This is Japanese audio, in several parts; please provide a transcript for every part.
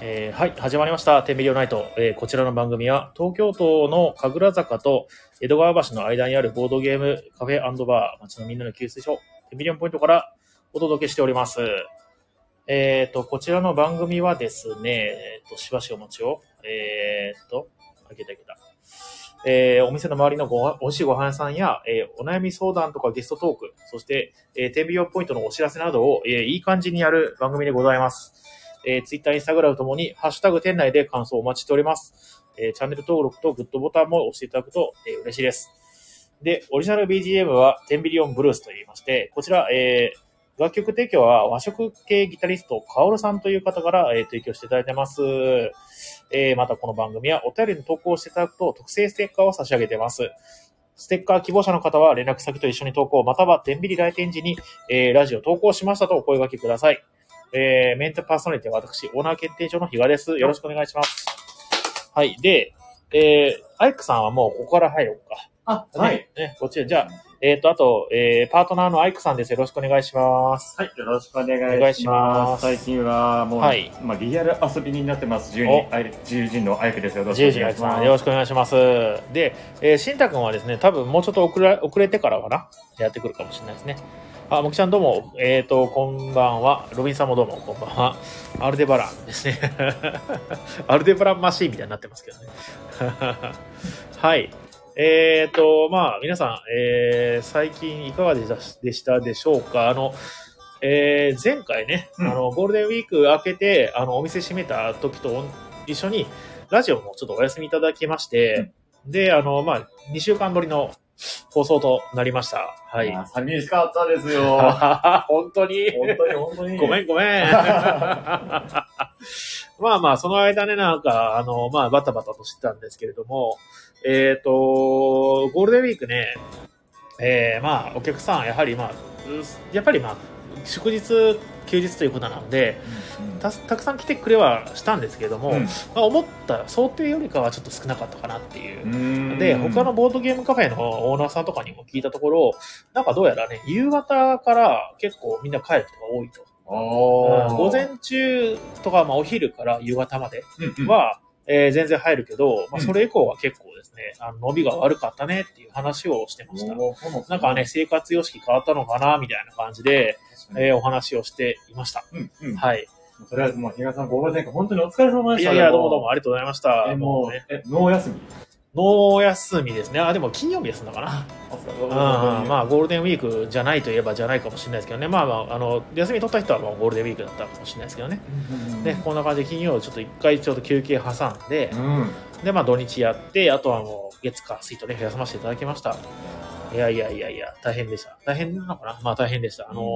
えーはい、始まりました。テンビリオナイト、えーこちらの番組は、東京都の神楽坂と江戸川橋の間にあるボードゲームカフェバー、街のみんなの給水所、テンビリオンポイントからお届けしております。えっ、と、こちらの番組はですね、えっ、と、しばしお待ちを、えっ、と、あげたあげた。えーお店の周りのごは美味しいご飯屋さんや、えーお悩み相談とかゲストトーク、そして、えー、テンビリオンポイントのお知らせなどを、えーいい感じにやる番組でございます。えー、Twitter、Instagram ともに、ハッシュタグ店内で感想をお待ちしております。えーチャンネル登録とグッドボタンも押していただくと、えー嬉しいです。で、オリジナル BGM は、テンビリオンブルースと言いまして、こちら、えー楽曲提供は和食系ギタリスト、カオルさんという方から、えー提供していただいてます。えーまたこの番組はお便りの投稿をしていただくと、特製ステッカーを差し上げてます。ステッカー希望者の方は連絡先と一緒に投稿、または天秤リ来店時に、えーラジオ投稿しましたとお声掛けください。えー、メンタパーソナリティは私、オーナー検定所の比嘉です。よろしくお願いします。はい。で、えー、アイクさんはもうここから入ろうか。あ、ね。。ね、こっちで。じゃあ、えっ、と、あと、えー、パートナーのアイクさんです。よろしくお願いします。はい、よろしくお願いします。お願いします最近はもう、はいまあリアル遊びになってます。十お人、あい十人のアイクですよ。よろジェイしくジおェイア願イいクしさまん、す。よろしくお願いします。で、えー、シンタ君はですね、多分もうちょっと遅れ、遅れてからかな、やってくるかもしれないですね。あ、もきちゃんどうも、えっ、と、こんばんは。ロビンさんもどうも、こんばんは。アルデバランですね。 アルデバランマシーンみたいになってますけどね。はい。えっ、と、まあ、皆さん、えー最近いかがでしたでしたでしょうかあの、えー前回ね、うんあの、ゴールデンウィーク明けて、あの、お店閉めた時と一緒に、ラジオもちょっとお休みいただきまして、で、あの、まあ、2週間ぶりの放送となりました。はい。あ寂しかったですよ。あは本は 本当に当に本当 に。ごめん。んごめん。まあまあ、その間ね、なんか、あの、まあ、バタバタとしてたんですけれども、えっ、と、ゴールデンウィークね、えーまあ、お客さん、やはりまあ、うんやっぱりまあ、祝日、休日ということなので、たたくさん来てくれはしたんですけれども、うんまあ、思った想定よりかはちょっと少なかったかなっていうう。んで、他のボードゲームカフェのオーナーさんとかにも聞いたところ、なんかどうやらね、夕方から結構みんな帰る人が多いと。おー午前中とか、まあ、お昼から夕方までうんうんは、えー全然入るけど、まあ、うんそれ以降は結構ですね、あの伸びが悪かったねっていう話をしてました。おーそうなんですなんかね、、生活様式変わったのかな、みたいな感じで、確かにえーお話をしていました。うんうんはい。とりあえずもう、東さん、ゴールデンウィーク本当にお疲れ様でいした。やいや、どうもどうもありがとうございました。え、ももううね、、え、脳休み脳休みですね。あ、でも金曜日休んだかな。お疲れう様でん、したまあ、ゴールデンウィークじゃないといえばじゃないかもしれないですけどね。まあまあ、あの、休み取った人はもうゴールデンウィークだったかもしれないですけどね。うんうんね、こんな感じで金曜ちょっと一回ちょっと休憩挟んで、うん。で、まあ土日やって、あとはもう月火水とね、休ませていただきました。いやいやいやいや、大変でした。大変なのかなまあ大変でした。あの、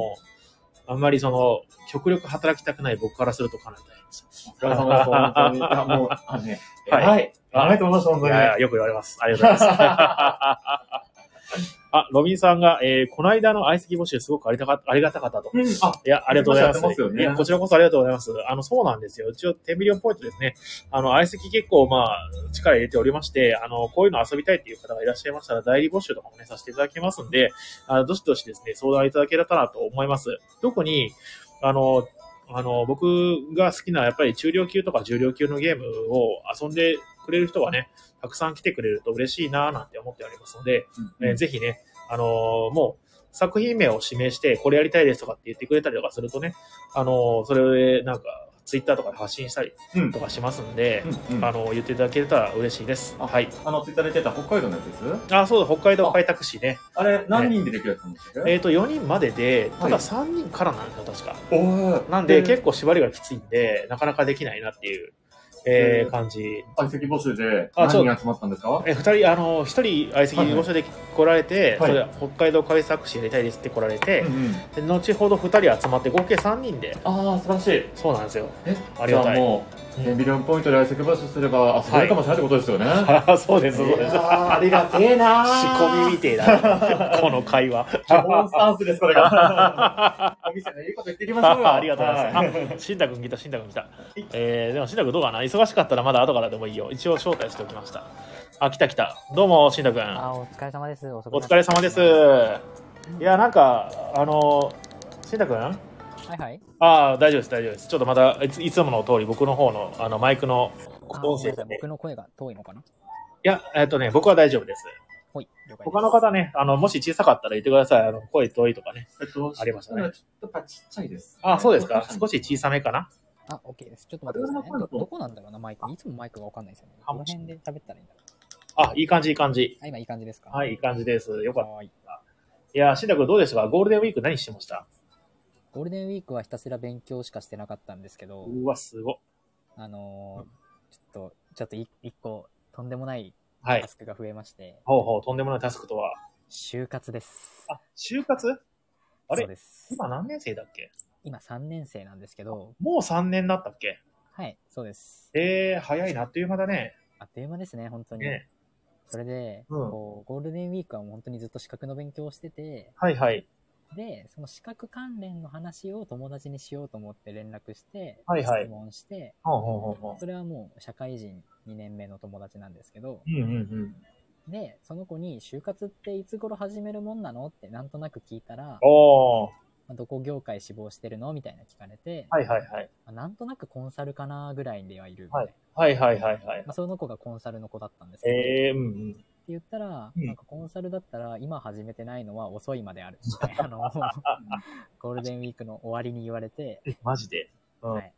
あんまりその、極力働きたくない僕からするとかなり大変でした。お疲れ様です、本当に。いやもう、あのね、はいはい。ありがとうございまいしやいた、やよく言われます。ありがとうござ います。あ、ロビンさんが、えー、この間の相席募集すごくありがたかありがたかったと。本当に。うん、あ、いや、ありがとうございます。やってますよねいや、こちらこそありがとうございます。あの、そうなんですよ。一応、テンビリオンポイントですね。あの、相席結構、まあ、力入れておりまして、あの、こういうの遊びたいっていう方がいらっしゃいましたら、代理募集とかもね、させていただきますんで、あのどしどしですね、相談いただけたらなと思います。特に、あの、あの、僕が好きな、やっぱり中量級とか重量級のゲームを遊んでくれる人がね、たくさん来てくれると嬉しいなぁなんて思っておりますので、えーぜひね、あのーもう、作品名を指名して、これやりたいですとかって言ってくれたりとかするとね、あのーそれでなんか、ツイッターとかで発信したりうんとかしますんで、うんうんあのー言っていただけたら嬉しいです。あはい。あの、ツイッターで言ってた北海道のやつですあ、そうだ、北海道開拓市ね。あれ、何人でできるやつなんでしたっけえっ、と、4人までで、ただはい3人からなんですよ、確か。おーなんで、結構縛りがきついんで、なかなかできないなっていう、えーうん感じ。相席募集であ何そう人集まったんですかえ、二人、あのー、一人相席にご所で来られて、そはいれで北海道開拓市やりたいですって来られてうん、うんで後ほど2人集まって合計3人でああ、素晴らしい。そうなんですよ え、ありがたいじゃあもう、テンビリオンポイントで相席募集すれば遊べるかもしれないってことですよね。あそうですそういでやす仕ーありがてえなー込みみ てえだねこの会話基本スタンスです、これが。お店のいいこと言っていきましょう よ。ありがとうございますはあ新太君来た新太君来たえー、でも新太君どうかな忙しかったらまだ後からでもいいよ一応招待しておきましたあ来た来たどうも新太君あお疲れ様です。おお疲れ様ですいやなんかあの新太君はいはい。ああ、大丈夫です、大丈夫です。ちょっとまた、いついつもの通り、僕の方のあのマイクのあ音声ごめんなさがいね、僕の声が遠いのかないや、えっとね、僕は大丈夫です。ほい、了解です。他の方ね、あの、もし小さかったら言ってください。あの、声遠いとかね。えっとありましたね今ちょっとやっぱちっちゃいです。ああ、そうですか。少少し。し小さめかな。あ、OK です。ちょっと待ってくださいね。これはこれだとどどこなんだろうな、マイク。いつもマイクがわかんないですよね。あこの辺で喋ったらいいんだろあ、いい感じ、いい感じ。う。あ、今いい感じですかはい、いい感じです。よかった。はーい。いやー、しんたくんどうでしたかゴールデンウィーク何してましたゴールデンウィークはひたすら勉強しかしてなかったんですけど、うわ、すご。あのー、ちょっと、ちょっとい一個、とんでもないはいタ。スクが増えまして、ほうほう、とんでもないタスクとは。就活です。あ、就活あそうれです。今何年生だっけ今3年生なんですけど、もう3年だったっけはい、そうです。えー、早いな、あっという間だね。あっという間ですね、本当に。ね。それで、うんこう、ゴールデンウィークはもう本当にずっと資格の勉強をしてて、はいはい。で、その資格関連の話を友達にしようと思って連絡して、はいはい質問して、ほうほうほうほそれはもう社会人2年目の友達なんですけど、う。うんうんうん。で、その子に就活っていつ頃始めるもんなのってなんとなく聞いたら、おー。まあどこ業界志望してるのみたいな聞かれて、はいはいはい。まあなんとなくコンサルかなぐらいではいるみたいな。はいはいはいはいはいまあ、。その子がコンサルの子だったんですけど、えー、うんうん。って言ったら、うんなんかコンサルだったら、今始めてないのは遅いまであるみ たいなのを、ゴールデンウィークの終わりに言われて、えマジでうん。ははいい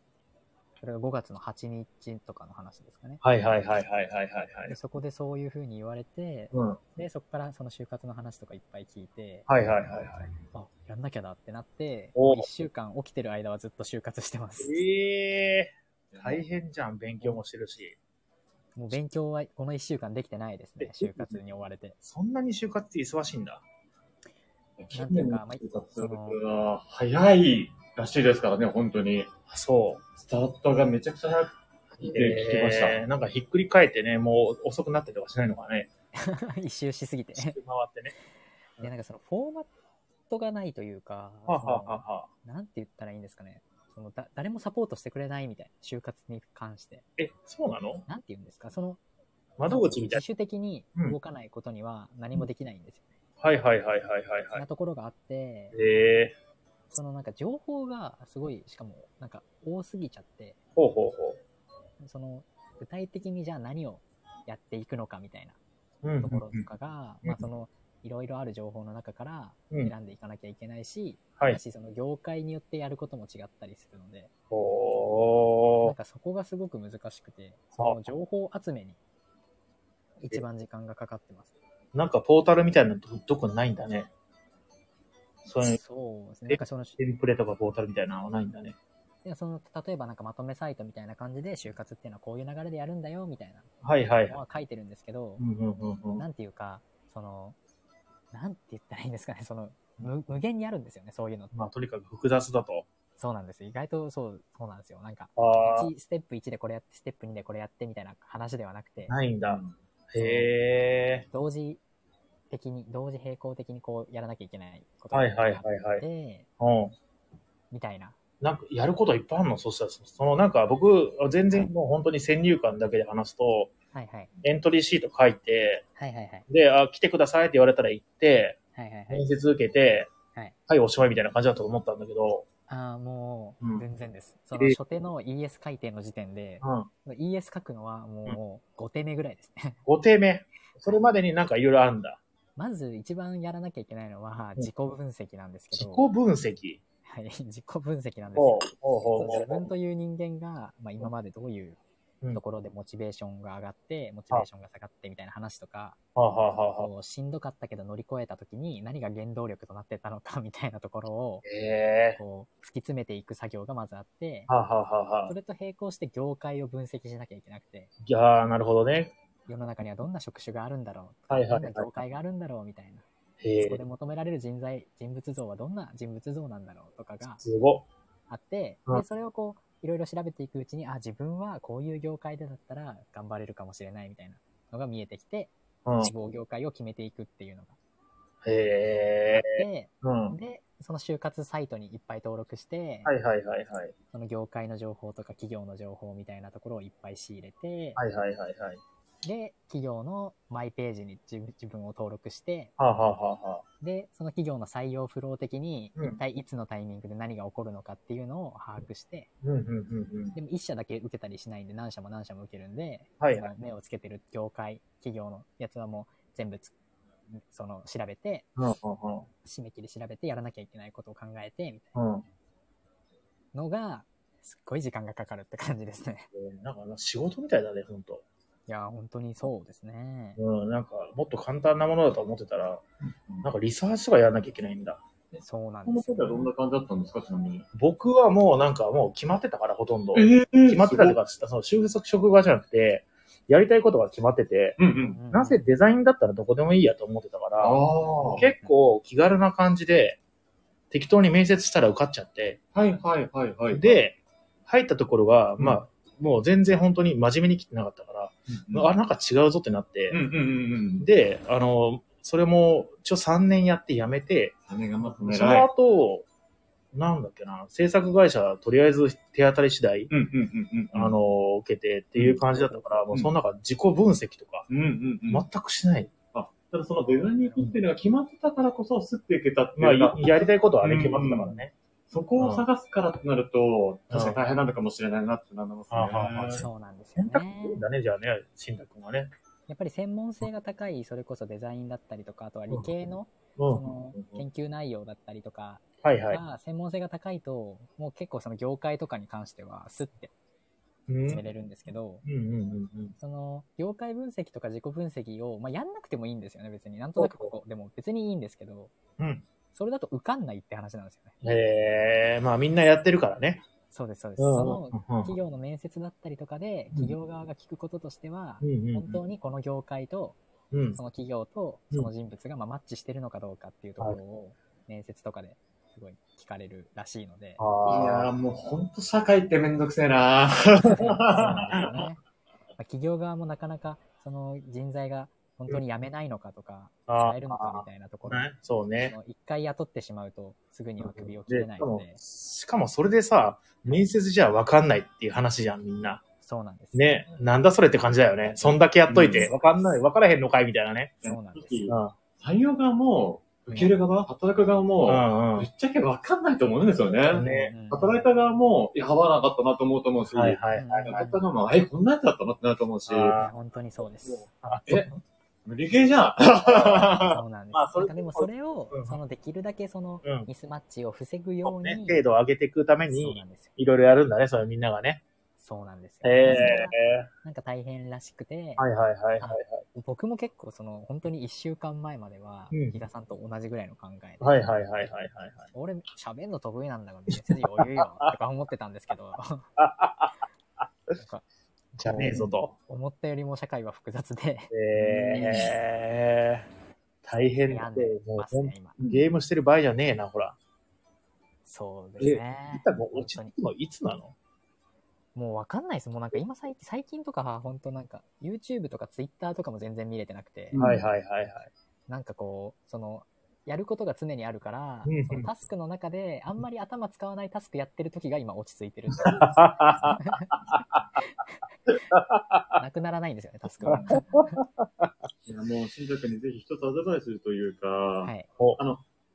それが5月の8日とかの話ですかね。はいはいはいはいはいはいで。そこでそういうふうに言われて、うん。はいで、そこからその就活の話とかいっぱい聞いて、はいはいはい。あ、やんなきゃだってなって、お1週間起きてる間はずっと就活してます。えー、大変じゃん、勉強もしてるし。もう勉強はこの1週間できてないですねえ、就活に追われて。 そんなに就活って忙しいんだ。なんていうかまあその早いらしいですからね、本当に。あそう。スタートがめちゃくちゃ早くて聞きました。えーなんかひっくり返ってね、もう遅くなってとかしないのかね。一周しす ぎて。回ってね。で、なんかそのフォーマットがないというか、はあ、そはのあはあはあ、なんて言ったらいいんですかね。そのだ誰もサポートしてくれないみたいな、就活に関して。え、そうなのなんて言うんですかその、窓口みたい自主的に動かないことには何もできないんですよね。な。はいはいはいはいはいそんはなところがあって、い。えー、そのなんか情報がすごい、しかもなんか多すぎちゃって、ほうほうほその具体的にじゃあ何をやっていくのかみたいなう。うんところとかが、うんまあその、いろいろある情報の中からうん。選んでいかなきゃいけないし、はだい。しその業界によってやることも違ったりするので、ほなんー。かそこがすごく難しくて、その情報集めに一番時間がかかってます。なんかポータルみたいなのどどこにないんだね。そういうそうですね。えなんかその、テンプレとかポータルみたいなのはないんだね。いやその例えばなんかまとめサイトみたいな感じで、就活っていうのはこういう流れでやるんだよみたいはいはいなのはい。は書いてるんですけどう、んうんうんうん。なんていうか、その、なんて言ったらいいんですかね、その、無無限にあるんですよね、そういうのって。まあとにかく複雑だと。そうなんですよ。意外とそう、そうなんですよ。なんか、ああ、一ステップ1でこれやって、ステップ2でこれやってみたいな話ではなくて、ないんだ。へえ。同時的に、同時並行的にこうやらなきゃいけないことはいはいはいはい。で、うん。みたいな。なんか、やることはいっぱいあるのそしたら、そのなんか僕、全然もう本当に先入観だけで話すと、はいはい。エントリーシート書いて、はいはいはい。で、あ、来てくださいって言われたら行って、はいはいはい。面接受けて、はい、おしまいみたいな感じだと思ったんだけど、ああ、もうんう、全然です。そえのー初手の ES 改定の時点で、うん。 ES 書くのはもう5手目ぐらいですね。 5手目。それまでになんかいろいろあるんだ。まず一番やらなきゃいけないのはうん自己分析なんですけ自己ど、分析。はい、 自己分析なんですほよう。ほうほそうう自ほ分という人間が、まあ、今までどういううんところでモチベーションが上がって、モチベーションが下がってみたいな話とか、う。はあ、はあはあはあ、こうしんどかったけど乗り越えた時に何が原動力となってたのかみたいなところをええこう突き詰めていく作業がまずあって、はあ、はあはあはあそれと並行して業界を分析しなきゃいけなくて、いやー、なるほどね。世の中にはどんな職種があるんだろう、はいはいどんな業界があるんだろうみたいな、へそこえで求められる人材、人物像はどんな人物像なんだろうとかがすごっ。あって、うんでそれをこういろいろ調べていくうちにあ自分はこういう業界でだったら頑張れるかもしれないみたいなのが見えてきてうん。志望業界を決めていくっていうのがへえでうん。はでその就活サイトにいっぱい登録して、いはいはいはい。その業界の情報とか企業の情報みたいなところをいっぱい仕入れて、はいはいはいはい。で、企業のマイページに自自分を登録して、はあ、はあはあはあ、で、その企業の採用フロー的に、うん一体いつのタイミングで何が起こるのかっていうのを把握して、うんうんうんうん。でも一社だけ受けたりしないんで、何社も何社も受けるんで、はいそはいの。目をつけてる業界、企業のやつはもう全部つ、その調べて、うんうん締め切り調べてやらなきゃいけないことを考えて、みたいうん。うんなのが、すっごい時間がかかるって感じですね。えーなんか仕事みたいだね、ほんと。いやー、本当にそうですね。うん、なんかもっと簡単なものだと思ってたら、なんかリサーチとかやらなきゃいけないんだ。そうなんこでのすよ時はどんな感じだったんですか、ちなみに。僕はもうなんかもう決まってたから、ほとんど。決決まってたとか、その就職職場じゃなくて、やりたいことが決まってて、うんう。うんんなぜデザインだったらどこでもいいやと思ってたかあら、あ。はい結構気軽な感じで、適当に面接したら受かっちゃって、はいはいはい。、で、入ったところは、うんまあ、もう全然本当に真面目に来てなかったから、あ、なんか違うぞってなって、うんうんうんうん。で、あの、それも、一応3年やって辞めて、種がまたその狙い。後、なんだっけな、制作会社、とりあえず手当たり次第、うんうんうんうん。あ、の、受けてっていう感じだったから、もうその中、自己分析とか、うんうんうん。全くしない。ただそのデザインに行くっていうのが決まってたからこそスッていけたってまあ、いうか、ややりたいことはあれ決まってたからね。そこを探すからってなると、うん確かに大変なのかもしれないなってなりますね。ああああそうなんですよ選択肢ね。だね、じゃあね、新太君はね。やっぱり専門性が高い、それこそデザインだったりとか、あとは理系のうそん。の研究内容だったりとかはいはい。が専門性が高いと、もう結構その業界とかに関してはスッてうん。うん詰めれるんですけど、うんうんうん。その業界分析とか自己分析を、まあ、やんなくてもいいんですよね、別に。なんとなくここでも別にいいんですけど、うんそれだと受かんないって話なんですよね。えー、まあみんなやってるからね。そうです、そうです。うんそうんの企業の面接だったりとかで、企業側が聞くこととしてはう、ん本当にこの業界とうんうん。その企業とその人物がまあマッチしてるのかどうかっていうところを面接とかですごい聞かれるらしいのいで、あやーもうほんと社会ってめんどくせえなそうなんですよね。まあ企業側もなかなかその人材が本当に辞めないのかとか、あー使えるのかみたいなとこあ、ろ、ねそうねそ。の一回雇ってしまうとすぐには首を切れないので、しかもそれでさ、面接じゃ分かんないっていう話じゃん、みんな。そうなんです。ね、なんだそれって感じだよね。そんだけやっといて、うん分かんない、分からへんのかいみたいなね。そうなんですう採ん。うん用側も、受ける側、働く側も、うん。ぶっちゃけわかんないと思うんですようんね。ねうん働いた側も、いや、合わなかったなと思うと思うし、はいやはいはいはっい。た側も、え、こんなやつだったなってなると思うし、あいや本当にそうです。あえ理系じゃんそうなんです。まあそれなんかでもそれをうん、そのできるだけそのうんミスマッチを防ぐよそううね、に、程度を上げていくためそうにな、んですよ。いろいろやるんだね、それみんながね。そうなんですよ。えなんか大変らしくてー、、はいはいはいはいはい。僕も結構その本当に1週間前まではうん、比嘉さんと同じぐらいの考えで、はいはいはいはいはい。俺喋んの得意なんだから別に余裕よとか思ってたんですけど、 なんかじゃねえぞと。思ったよりも社会は複雑で、 えー、大変だ悩んでって、もうますほんね、今。ゲームしてる場合じゃねえな、ほら。そうですね。もう落ち着くのいつなのもうわかんないです。もうなんか今最近、最近とかは本当なんか YouTube とか Twitter とかも全然見れてなくて、うんはいはいはいはい。なんかこう、その、やることが常にあるから、うんうんそのタスクの中で、あんまり頭使わないタスクやってる時が今落ち着いてる。 なくならないんですよね、タスクが。いや、もう、新宅にぜひ一つアドバイスするというか、はい。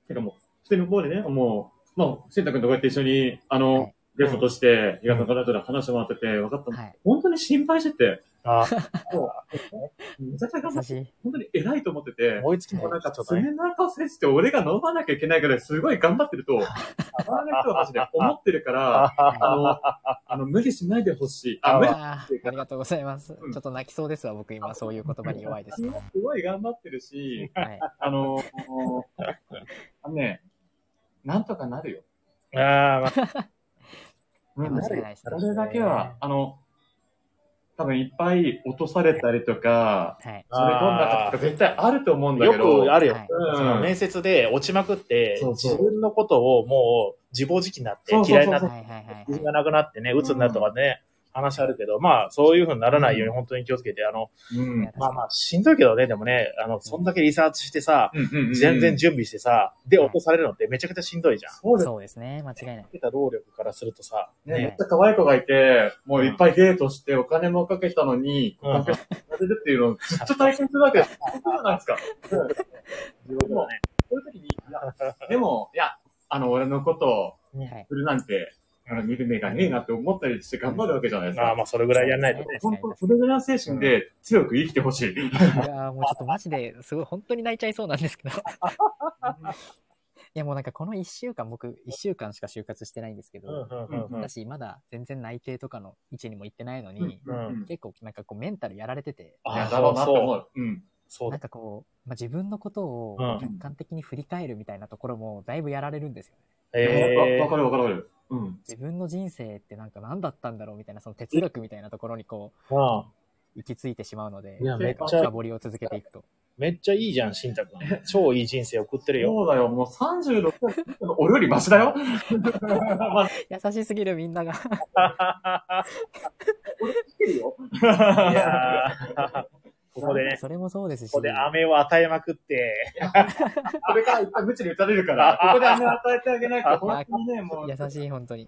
てかもう、普通の方でね、もう、もう、新宅君とこうやって一緒に、あの、はいゲストとして、東のからと話してもらってて、分かった、はい。本当に心配してて、あ、めちゃくちゃ頑張優って、しい。本当に偉いと思ってて、追いつきももうななんんかか、 爪の赤を接して俺が飲まなきゃいけないぐらいすごい頑張ってると、たまらない人はマジで思ってるから、あの、あの、無理しないでほしい。あ、無理あーありがとうございます。ちょっと泣きそうですわ、僕今、そういう言葉に弱いです。すごい頑張ってるし、はい。あのあのね、なんとかなるよ。ああ、まあ、う間違いないですそね。れだけは、あの、多分いっぱい落とされたりとか、はい。それ込んだかとか絶対あると思うんだけど。よくあるよ。はいその面接で落ちまくって、そうそう自分のことをもう自暴自棄になってそうそう、そう嫌いになっはいて、はいはい自信はがい。なくなってね、鬱になるとかね、話あるけど、まあ、そういうふうにならないように本当に気をつけて、あの、うん。まあまあ、しんどいけどね、でもね、あの、そんだけリサーチしてさ、うんうんうん全然準備してさ、で、落とされるのってめちゃくちゃしんどいじゃん。そうです。そうですね、間違いない。出た労力からするとさ、ね、ねめっちゃ可愛い子がいて、もういっぱいデートしてお金もかけたのに、うん関係されるっていうのをずっと体験するわけです。そうなんですか。いうことだねそういう時に、いや、でも、いや、あの、俺のことをはい。するなんて、あの見る目がねえなって思ったりして頑張るわけじゃないですまあか。まあ、それぐらいやんないとね。本当、それぐらいの精神で強く生きてほしい。いやーもうちょっとマジですごい本当に泣いちゃいそうなんですけど。い やもうなんかこの1週間僕1週間しか就活してないんですけうんど、うんうんうん。私まだ全然内定とかの位置にも行ってないのうんに、うん結構なんかこうメンタルやられてて、いやあだろうなって思。そううん。そうなだん。かこう、まあ、自分のことをうん客観的に振り返るみたいなところもだいぶやられるんですよね。えわわかー、るわかるわかる。うん。自分の人生ってなんか何だったんだろうみたいなその哲学みたいなところにこうまあ、行き着いてしまうので、いやなんかめっちゃ深掘りを続けていくと。めっちゃいいじゃん、しんたくん。超いい人生送ってるよ。そうだよ、もう36歳の俺よりマシだよ。マシ優しすぎるみんなが。る よ。いやーここでね、それもそうですし。ここで飴を与えまくって、これからいっぱい無知に打たれるから、ここで飴を与えてあげないと、本当にね、もう。 優しい、本 当に。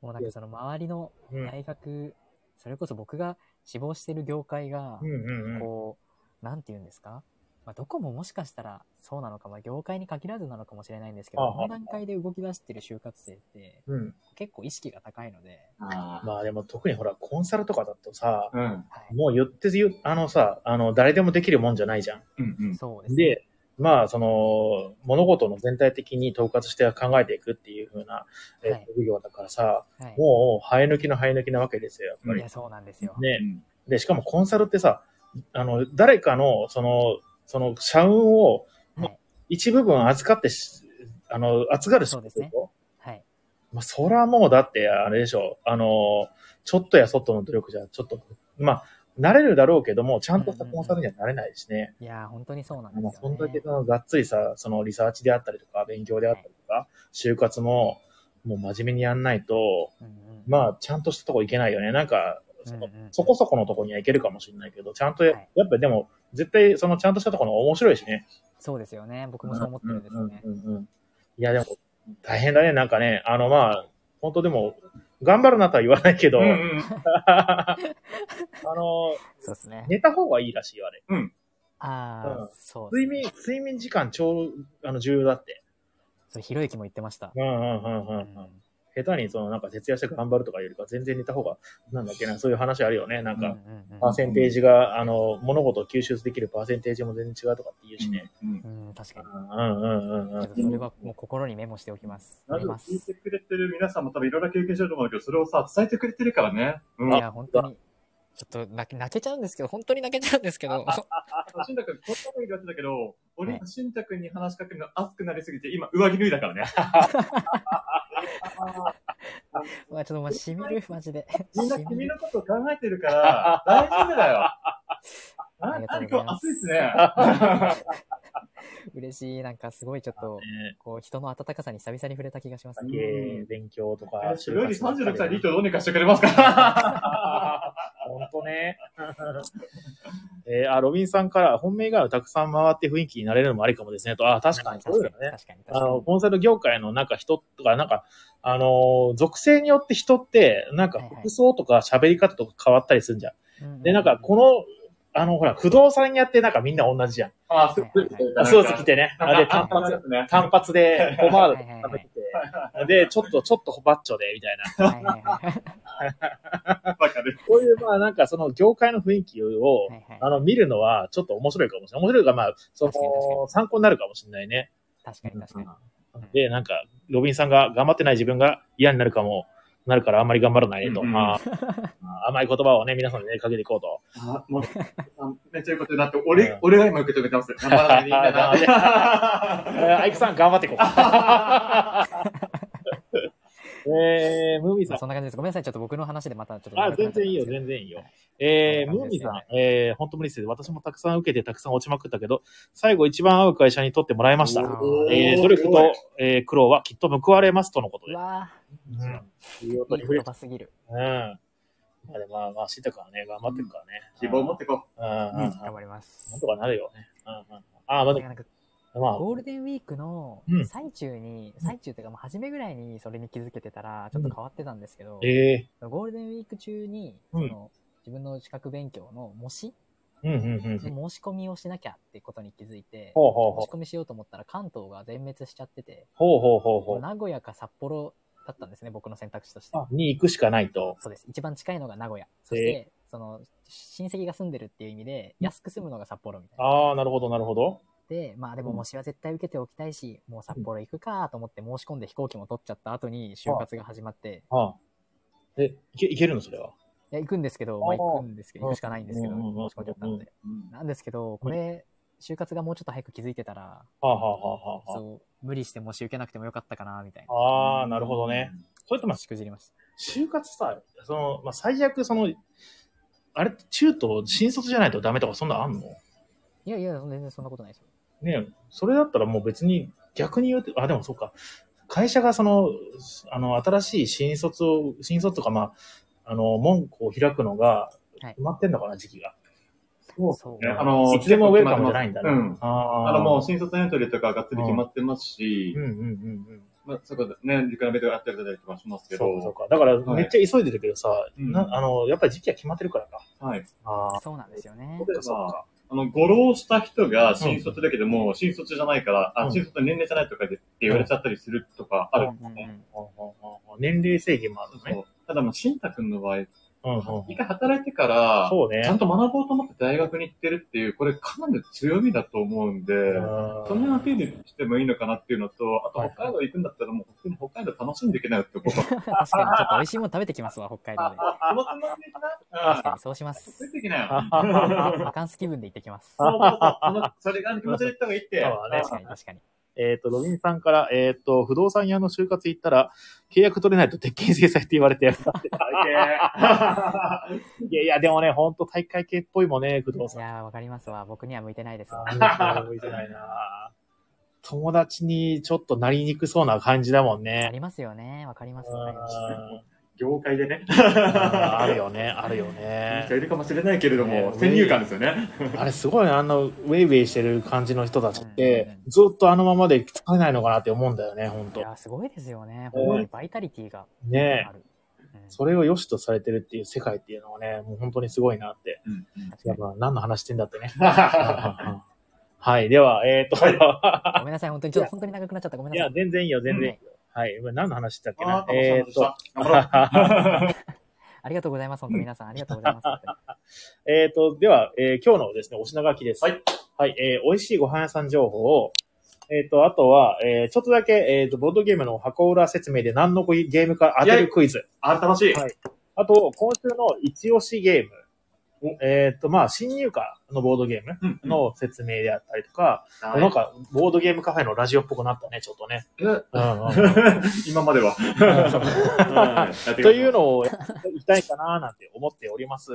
もうなんかその周りのうん、大学、それこそ僕が志望してる業界がうん、うんうん。こう、なんて言うんですかまあ、どこももしかしたらそうなのか、まあ、業界に限らずなのかもしれないんですけあど、あこの段階で動き出してる就活生ってうん、結構意識が高いので、あーまあでも特にほら、コンサルとかだとさ、うん。はいもう言って言う、あのさ、あの、誰でもできるもんじゃないじゃん。うんうん。そうですね。で、まあ、その、物事の全体的に統括して考えていくっていう風な、えーはい職業だからさ、はいもう、生え抜きの生え抜きなわけですよ、やっぱいり。や、そうなんですよ。ねう。んで、しかもコンサルってさ、あの、誰かの、その、その、社運をはい、一部分預かってし、あの、預かるそうですね仕事はい。まあ、そらもうだって、あれでしょう、あの、ちょっとやそっとの努力じゃ、ちょっと、まあ、なれるだろうけども、ちゃんとしたコンサルにはなれないしね。いやー、本当にそうなんまあ、ですそよ、んだけね。そのがっつりさ、そのリサーチであったりとか、勉強であったりとか、就活も、もう真面目にやんないと、うんうんまあ、ちゃんとしたとこ行けないよね。なんか、そのうんうんそこそこのとこには行けるかもしれないけど、ちゃんとや、はいやっぱでも、絶対、そのちゃんとしたところの面白いしね。そうですよね。僕もそう思ってるんですよね。うんうんうんいや、でも、大変だね。なんかね、あの、まあ、本当でも、頑張るなとは言わないけど、うんあの、そうですね。寝た方がいいらしいよ、あれ。ああ、そうです睡ね。眠、睡眠時間超、あの、重要だって。それ、ひろゆきも言ってました。うんうんうんうんうん。下手にそのなんか徹夜して頑張るとかよりか全然寝た方が、なんだっけな、そういう話あるよね。なんうんうんか、うんパーセンテージが、あの、物事を吸収できるパーセンテージも全然違うとかって言うしね。うんうん、確かに。うんうんうんうんうちょっとん。それはもう心にメモしておきます。ラあジりオます。聞いいてくれてる皆さんも多分いろんな経験してると思うんだけど、それをさ、伝えてくれてるからね。うん。や、本当に。ちょっと泣け泣けちゃうんですけど、本当に泣けちゃうんですけ ど、しんたくん、こんなこと言ってたけど、俺、しんたくんに話しかけるの熱くなりすぎて、今、上着脱いだからね。まあちょっとまあしみる、マジで。みんな しみ君るのことを考えてるから、大丈夫だよ。あありがとうご今ざい日ま暑すいですね。嬉しい、なんかすごいちょっと、こう、人の温かさに久々に触れた気がしますねね。えー勉強とかえ、それより就活と36か歳ねリートどうにかしてくれますか本当ね。 えーあ、ロビンさんから、本命がたくさん回って雰囲気になれるのもありかもですね。と、あ、確かにそうだ確よかに、ね。確かに。確あかの、にコンサル業界のなんか人とか、なんか、あのー属性によって人って、なんかはいはい服装とか喋り方とか変わったりするじゃん。うううで、なんか、この、あの、ほら、不動産やってなんかみんな同じじゃん。あ、すあスーツ着てね。ああ、で、で、単短発髪で、すね。単発で、ポマードはいはいはい食べてて、で、ちょっと、ちょっとバッチョで、みたいな。はいはいはいわかる。こういう、まあ、なんかその業界の雰囲気を、はいはいあの、見るのは、ちょっと面白いかもしれない。面白いが、まあ、そ確かに確かの、参考になるかもしれないね。確かに、確かに。んで、なんか、ロビンさんが頑張ってない自分が嫌になるかも、なるからあんまり頑張らないと。うんうんまあまあ甘い言葉をね、皆さんにね、かけていこうと。あ、もう、あめっちゃいいことになって、俺、俺が今受け止めてます。頑張らないでいいんだな。え ー、アイクさん頑張っていこう。 えー、ムーミンさん。そんな感じです。ごめんなさい。ちょっと僕の話でまたちょっと。あ、全然いいよ、然。全然いいよ。えー、そんムなー感ミじンですさよんね、えー、本当無理です。私もたくさん受けて、たくさん落ちまくったけど、最後一番合う会社に取ってもらいました。おーえー、努力と、えー、苦労はきっと報われますとのことうで。わうん。需要といいリフレク言ト。葉すぎる。うん。まあでもまあまあ、シータ君はね、頑張ってるからね。希望を持ってこうんうんううんん。頑張ります。なんとかなるよね。うんうん。ああ、まあだでからなんかも、まあ、ゴールデンウィークのうん最中に、最中というか、まあ初めぐらいにそれに気づけてたら、ちょっと変わってたんですけど、ええゴールデンウィーク中に、うそんの、自分の資格勉強の模試うんうんうん。の申し込みをしなきゃってことに気づいて、ほうほう申ほしう。込みしようと思ったら関東が全滅しちゃってて、ほうほうほうほう。名古屋か札幌だったんですね、僕の選択肢として。あに行くしかないと。そうです。一番近いのが名古屋。そして、その、親戚が住んでるっていう意味で、安く住むのが札幌みたいな。ああ、なるほど、なるほど。で、まあでも模試は絶対受けておきたいし、もう札幌行くかと思って申し込んで飛行機も取っちゃった後に就活が始まって、はあ。え、いけ、いけるのそれは。いや、行くんですけど、まああー行くんですけど、行くしかないんですけど、うんうんうん申し込んじゃったので。う。うんなんですけど、これ、就活がもうちょっと早く気づいてたら、はあ、はあはあはそう、無理して模試受けなくてもよかったかな、みたいな。あ、はあ。ああ、なるほどね。。それとまあ、しくじりまし就活さ、その、まあ、最悪、その、あれ、中途、新卒じゃないとダメとか、そんなんあんのた。いやいや、全然そんなことないですよ。ねえそれだったらもう別に、逆に言うと、あ、でもそっか。会社がその、あの、新しい新卒を、新卒とか、まあ、あの、門戸を開くのが、はい決まってんのかな、時期が。そうねあのいつでもウェルカムじゃないんだね。うんああの、もう新卒エントリーとかがっつり決まってますしう、んうんうんうん。まあ、そこでね、リクラメントがあったりだったりとかしますけど、そうかそうか。だから、はいめっちゃ急いでるけどさ、うんなあの、やっぱり時期は決まってるからか。はい。ああ、そうなんですよねそ。うかそうか。あの、語呂をした人が新卒だけども、新卒じゃないから、うんあ、新卒の年齢じゃないとかでって言われちゃったりするとかあるんですうんうんうね。んうんうんうんうん年齢制限もあるのそね。うただ、まあ、新太くんの場合、うんうん一回働いてから、そうね。ちゃんと学ぼうと思って大学に行ってるっていう、これかなり強みだと思うんで、うんそんなの手にしてもいいのかなっていうのと、あはいと北海道行くんだったらもう普通に北海道楽しんでいけない ってこと。確かに、ちょっと美味しいもの食べてきますわ、北海道で。そのつもりで行き確かな。に、そうします出。てきなよ。バカンス気分で行ってきます。そうそうそうそのそれが気持ちで行った方がい いって。そうだね確かに、確かに。 えっ、と、ロビンさんから、えっ、と、不動産屋の就活行ったら、契約取れないと鉄筋制裁って言われて、最いやいや、でもね、ほんと大会系っぽいもんね、不動い産。やー、わかりますわ。僕には向いてないですわ。あー向いてないな友達にちょっとなりにくそうな感じだもんあね。りますよね。わかります。うんわかります低業界でね、ああるよね、あるよいいね人。いるかもしれないけれどねも、先入観ですよね。あれすごいね、あの、ウェイウェイしてる感じの人たちってうんうん、ずっとあのままで疲れないのかなって思うんだよね、ほんいとや。ー、すごいですよね。うん本当にバイタリティがねある。うんそれを良しとされてるっていう世界っていうのはね、もう本当にすごいなって。確やっかにぱ何の話してんだってね。ははい。では、えっ、と、ごめんなさい、本当に、ちょっと本当に長くなっちゃった。ごめんいなさや、い。全然いいよ、全然いいよ。はい。今何の話したっけなあーえ楽っしかとっ、たありがとうございます。本当に皆さん、ありがとうございます。えっ、と、では、えー今日のですね、お品書きです。はい。はい、えー美味しいご飯屋さん情報を、えっ、と、あとは、えーちょっとだけ、えっ、と、ボードゲームの箱裏説明で何のゲームか当てるクイズ。あ、楽しい。はいあと、今週の一押しゲームお。えっ、と、まあ、新入荷のボードゲームうんうんの説明であったりとか、はいなんか、ボードゲームカフェのラジオっぽくなったね、ちょっとね。えうんうんうん今まで は。というのをやっていきたいかななんて思っております。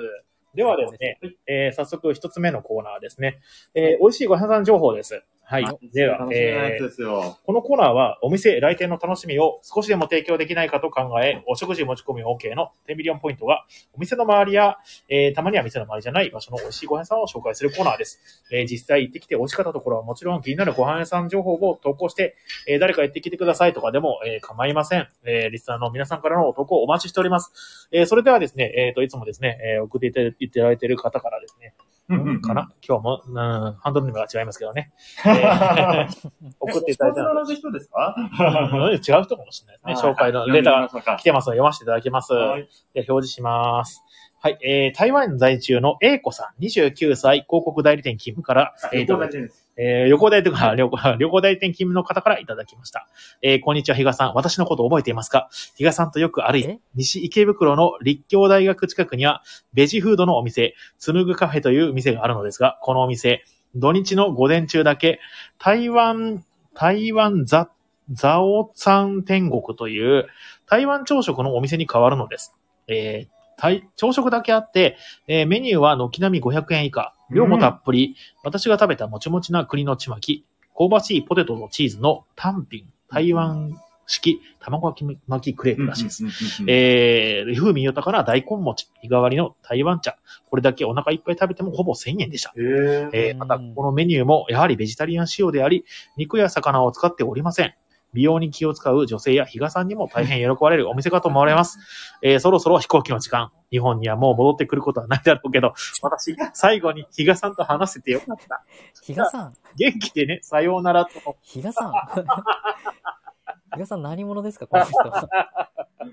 ではですね、えー早速一つ目のコーナーですね。えー美味しいご飯屋さん情報です。はいは。では楽、しみなやえつーですよ。このコーナーはお店来店の楽しみを少しでも提供できないかと考え、お食事持ち込み OK の10ミリオンポイントが、お店の周りや、えーたまには店の周りじゃない場所の美味しいご飯屋さんを紹介するコーナーです。えー実際行ってきて美味しかったところはもちろん気になるご飯屋さん情報を投稿して、えー誰か行ってきてくださいとかでも、えー構いません。えーリスナーの皆さんからの投稿をお待ちしております。えーそれではですね、えっ、と、いつもですね、えー送っていただいている方からですね、うんうん かな今日も、うん、ハンドルネームが違いますけどね。えー送っていただいたので同じ人ですかうん違う人かもしれないですね。紹介のデータが来てますので読ませていただきます。はいで表示します。はい、えー、台湾在住の A 子さん、29歳、広告代理店勤務から、えーいただいえー旅行代理店から、 旅行旅行代理店勤務の方からいただきました。えーこんにちは、比嘉さん。私のこと覚えていますか比嘉さんとよく歩いてえ、西池袋の立教大学近くには、ベジフードのお店、つむぐカフェという店があるのですが、このお店、土日の午前中だけ、台湾、台湾ザ、ザオツァン天国という、台湾朝食のお店に変わるのです。えー台朝食だけあって、えーメニューは軒並み500円以下、量もたっぷり、私が食べたもちもちな栗のちまき、香ばしいポテトとチーズの単品、台湾式、卵巻きクレープらしいです。すええー、風味豊かな大根餅、日替わりの台湾茶。これだけお腹いっぱい食べてもほぼ1000円でした。ーえー、また、このメニューもやはりベジタリアン仕様であり、肉や魚を使っておりません。美容に気を使う女性や比嘉さんにも大変喜ばれるお店かと思われます。えー、そろそろ飛行機の時間。日本にはもう戻ってくることはないだろうけど、私、最後に比嘉さんと話せてよかった。 比嘉さん、元気でね、さようならと。比嘉さん。 比嘉さん何者ですかこの 人。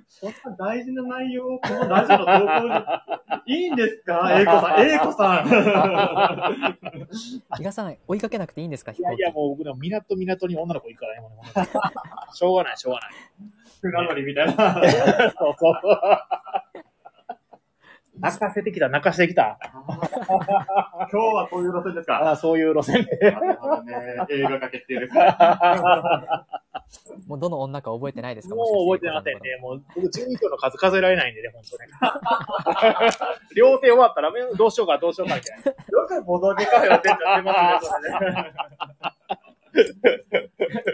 そんな大事な内容をこのラジオの投稿に。いいんですか 英子さん、英子さん。比嘉さん、追いかけなくていいんですかい飛や行い機や、。もう僕でも港港に女の子いるからね、もう ねしょうがない、しょうがない。船乗りみたいな。そうそう。泣かせてきた、泣かせてきた。今日はこういう路線ですかああ、そういう路線で。まだまだね、映画化決定です。もうどの女か覚えてないですかもう覚えてなかったよね。ね。もう、僕12票の数数えられないんでね、本当ね。両手終わったら、どうしようか、どうしようか、みたいな。よくボドゲカフェの店長やって ますね。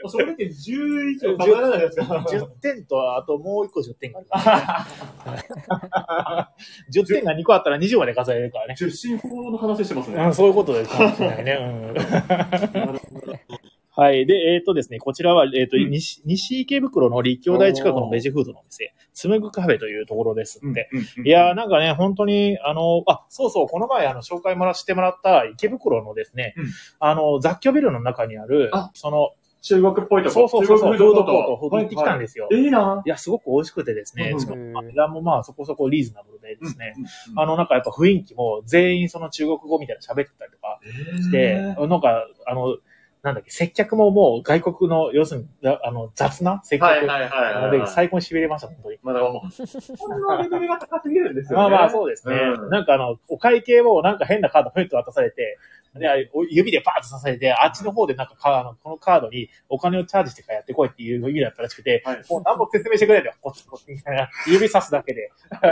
正直10以上考えられないですか10点と、あともう1個10点がある。10点が2個あったら20まで数えれるからね。 10進法の話してますね。うん、そういうことかもしれないね。うんはい。で、えっ、とですね、こちらは、えっ、と、うん西、西池袋の立教大近くのベジフードのお店、つむぐカフェというところですって。いやー、なんかね、本当に、あの、あ、そうそう、この前、あの、紹介もらしてもらった池袋のですね、うんあの、雑居ビルの中にある、あその、中国っぽいとそこ。うそうそうそう、フードコートとを行ってきたんですよ。いいいなや、すごく美味しくてですねう、んしかもうんまあ値段もまあ、そこそこリーズナブルでですね、あの、の、なんかやっぱ雰囲気も全員その中国語みたいな喋ってたりとかして、なんか、あの、なんだっけ、接客ももう外国の、要するに、ああの、雑な接客。はいはいはいなのはいで、最高に痺れました、本当に。まだもう、こんなレベルが高すぎるんですよまあね。まあ、そうですね。うんなんかあの、お会計をなんか変なカードふっと渡されて、であお指でバーッと刺されて、あっちの方でなんかかあの、このカードにお金をチャージしてからやってこいっていう意味だったらしくて、はいもう何も説明してくれないんだよ。こっちこっちみたいな。指さすだけで。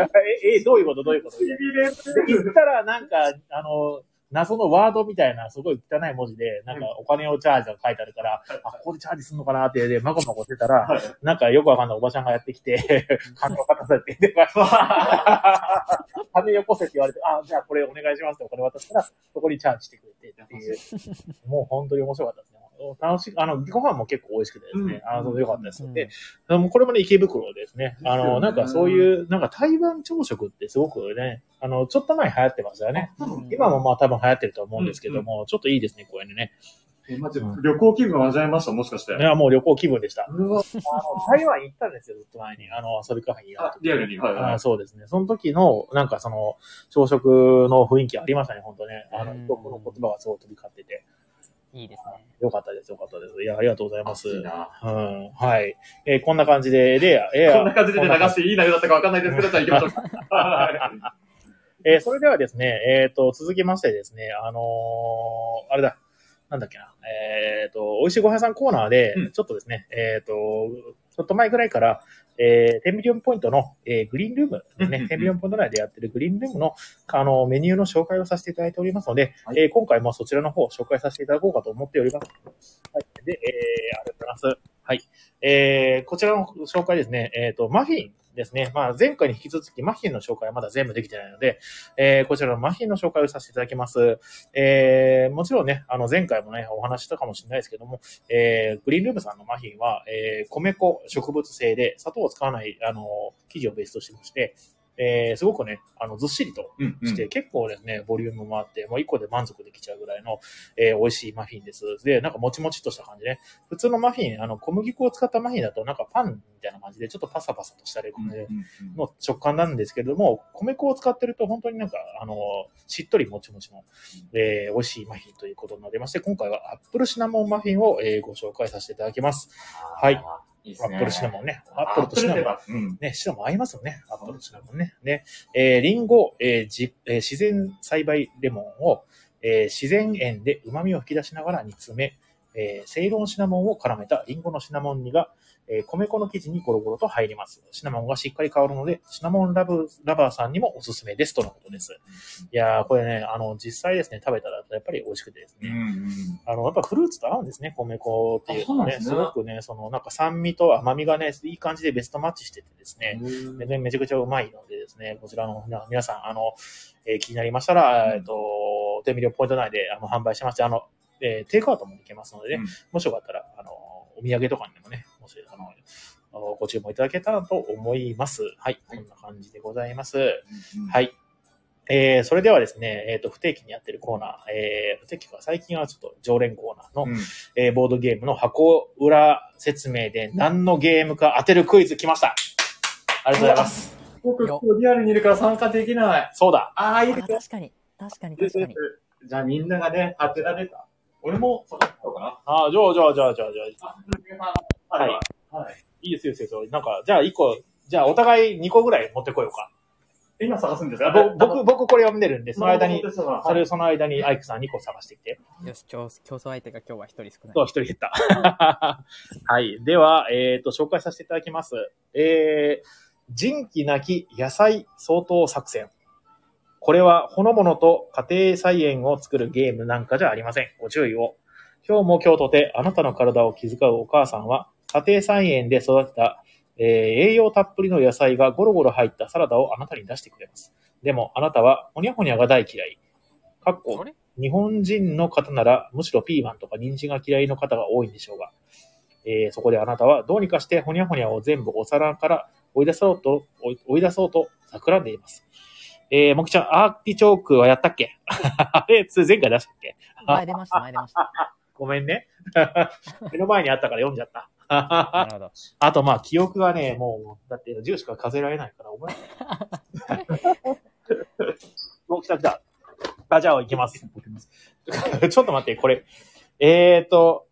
え、え、どういうことどういうことみたいなで言ったら、なんか、あの、謎のワードみたいな、すごい汚い文字で、なんかお金をチャージが書いてあるから、あ、ここでチャージするのかなって、で、まごまごしてたら、はいなんかよくわかんないおばちゃんがやってきて、金を渡されて、で、まあ 金よこせって言われて、あ、じゃあこれお願いしますってお金渡したら、そこにチャージしてくれてっていう。もう本当に面白かったですね。楽しい、あの、ご飯も結構美味しくてですね、うんあの、良かったです。うんで、あのこれもね、池袋ですね。あですよの、ねなんかそういう、なんか台湾朝食ってすごくね、あの、ちょっと前流行ってましたよね。今もまあ多分流行ってると思うんですけども、ちょっといいですね、こういうのね。えマジ旅行気分味わえました、もしかしてい。や、もう旅行気分でした。うわ、あの、台湾行ったんですよ、ずっと前に。あの、遊びカフェにやるあリアルに。はいあはーい。そうですね。その時の、なんかその、朝食の雰囲気ありましたね、本当ね。あの、うん僕の言葉がすごい飛び交ってて。いいですね。よかったです、よかったです。いや、ありがとうございます。いいなうんはい。えーこんな感じで、で、えーこんな感じでこねん流な感じしていい内容だったかわかんないですけど、じゃあ行きましょ う。はいえーそれではですね、えっ、と、続きましてですね、あのーあれだ、なんだっけな、えっ、と、美味しいごはん屋さんコーナーでうん、ちょっとですね、えっ、と、ちょっと前ぐらいから、えー、テンビリオンポイントの、えーグリーンルームですうんうんうねん、テンビリオンポイント内でやってるグリーンルームの、あの、メニューの紹介をさせていただいておりますので、はいえー今回もそちらの方を紹介させていただこうかと思っております。はい。で、えー、ありがとうございます。はい。えー、こちらの紹介ですね、えっ、と、マフィンですね。まあ、前回に引き続き、マフィンの紹介はまだ全部できてないので、えーこちらのマフィンの紹介をさせていただきます。えーもちろんね、あの、前回もね、お話ししたかもしれないですけども、えーグリーンルームさんのマフィンは、えー米粉植物性で、砂糖を使わない、あの、生地をベースとしてまして、えーすごくね、あの、ずっしりとうんうんして、結構ですね、ボリュームもあって、もう1個で満足できちゃうぐらいの、えー美味しいマフィンです。で、なんかもちもちっとした感じね。普通のマフィン、あの、小麦粉を使ったマフィンだと、なんかパンみたいな感じで、ちょっとパサパサとしたりう感んうじんで、うんの食感なんですけれども、米粉を使ってると本当になんか、あの、しっとりもちもちの、えー美味しいマフィンということになりまして、今回はアップルシナモンマフィンを、えーご紹介させていただきます。はい。いいっすアねップルシナモンね。アアップルとシナモン。ン。うん。ね、シナモン合いますよね。アップルとシナモンね。ね、えーリンゴ、えーじえー自然栽培レモンを、えー自然塩で旨味を引き出しながら煮詰め、えー、セイロンシナモンを絡めたリンゴのシナモン煮が、えー米粉の生地にゴロゴロと入ります。シナモンがしっかり香るので、シナモンラブラバーさんにもおすすめですとのことです。いやー、これね、あの、実際ですね、食べたらやっぱり美味しくてですうね。ん。あの、やっぱフルーツと合うんですね、米粉っていうのはね。あすそうなんですごねくね、その、なんか酸味と甘みがね、いい感じでベストマッチしててですね。全然めちゃくちゃうまいのでですね、こちらのな皆さん、あの、えー気になりましたら、うんえっと、手ミリオポイント内であの販売してまして、あの、えーテイクアウトもできますのでね、うん。もしよかったら、あの、お土産とかにもね、もし、あの、あのご注文いただけたらと思います。はい、こんな感じでございます。はいい。えー、それではですね、えっ、と、不定期にやってるコーナー、えー、不定期か、最近はちょっと常連コーナーの、うんえーボードゲームの箱裏説明で何のゲームか当てるクイズ来ました。ありがとうございます。僕、ここリアルにいるから参加できない。そうだ。ああ、いいあですね。確かに、確かに、です確でかに。すじゃあみんながね、当てられた。俺も、その人かなあーじゃあ、じゃあ、じゃあ、じゃあ、じゃあ、あ、ははいい。はい。いいですよ、いいですよ。なんか、じゃあ、一個、じゃあ、お互い2個ぐらい持ってこようか。今探すんですあかぼ僕、僕これ読んでるんで、その間に、そそれ、その間に、アイクさん2個探してきて。よし、競競争相手が今日は一人少ないそう、。一人減った。 はい。では、えっ、と、紹介させていただきます。えー、人気なき野菜相当作戦。これは、ほのぼのと家庭菜園を作るゲームなんかじゃありません。ご注意を。今日も今日とて、あなたの体を気遣うお母さんは、家庭菜園で育てた、えー栄養たっぷりの野菜がゴロゴロ入ったサラダをあなたに出してくれます。でも、あなたは、ほにゃほにゃが大嫌い。かっこあれ日本人の方なら、むしろピーマンとか人参が嫌いの方が多いんでしょうが、えーそこであなたはどうにかしてほにゃほにゃを全部お皿から追い出そうと、追い追い出そうと企んでいます。えー、もきちゃん、アーティチョークはやったっけ あれ、つ前回出したっけ前出ました、前出ました。ごめんね。 目の前にあったから読んじゃった。なるほど。あと、まあ、記憶がね、もう、だって10しか数えられないから、 覚えない。お、来た来た。あ、じゃあ、行きます。 ちょっと待って、これ。えーと、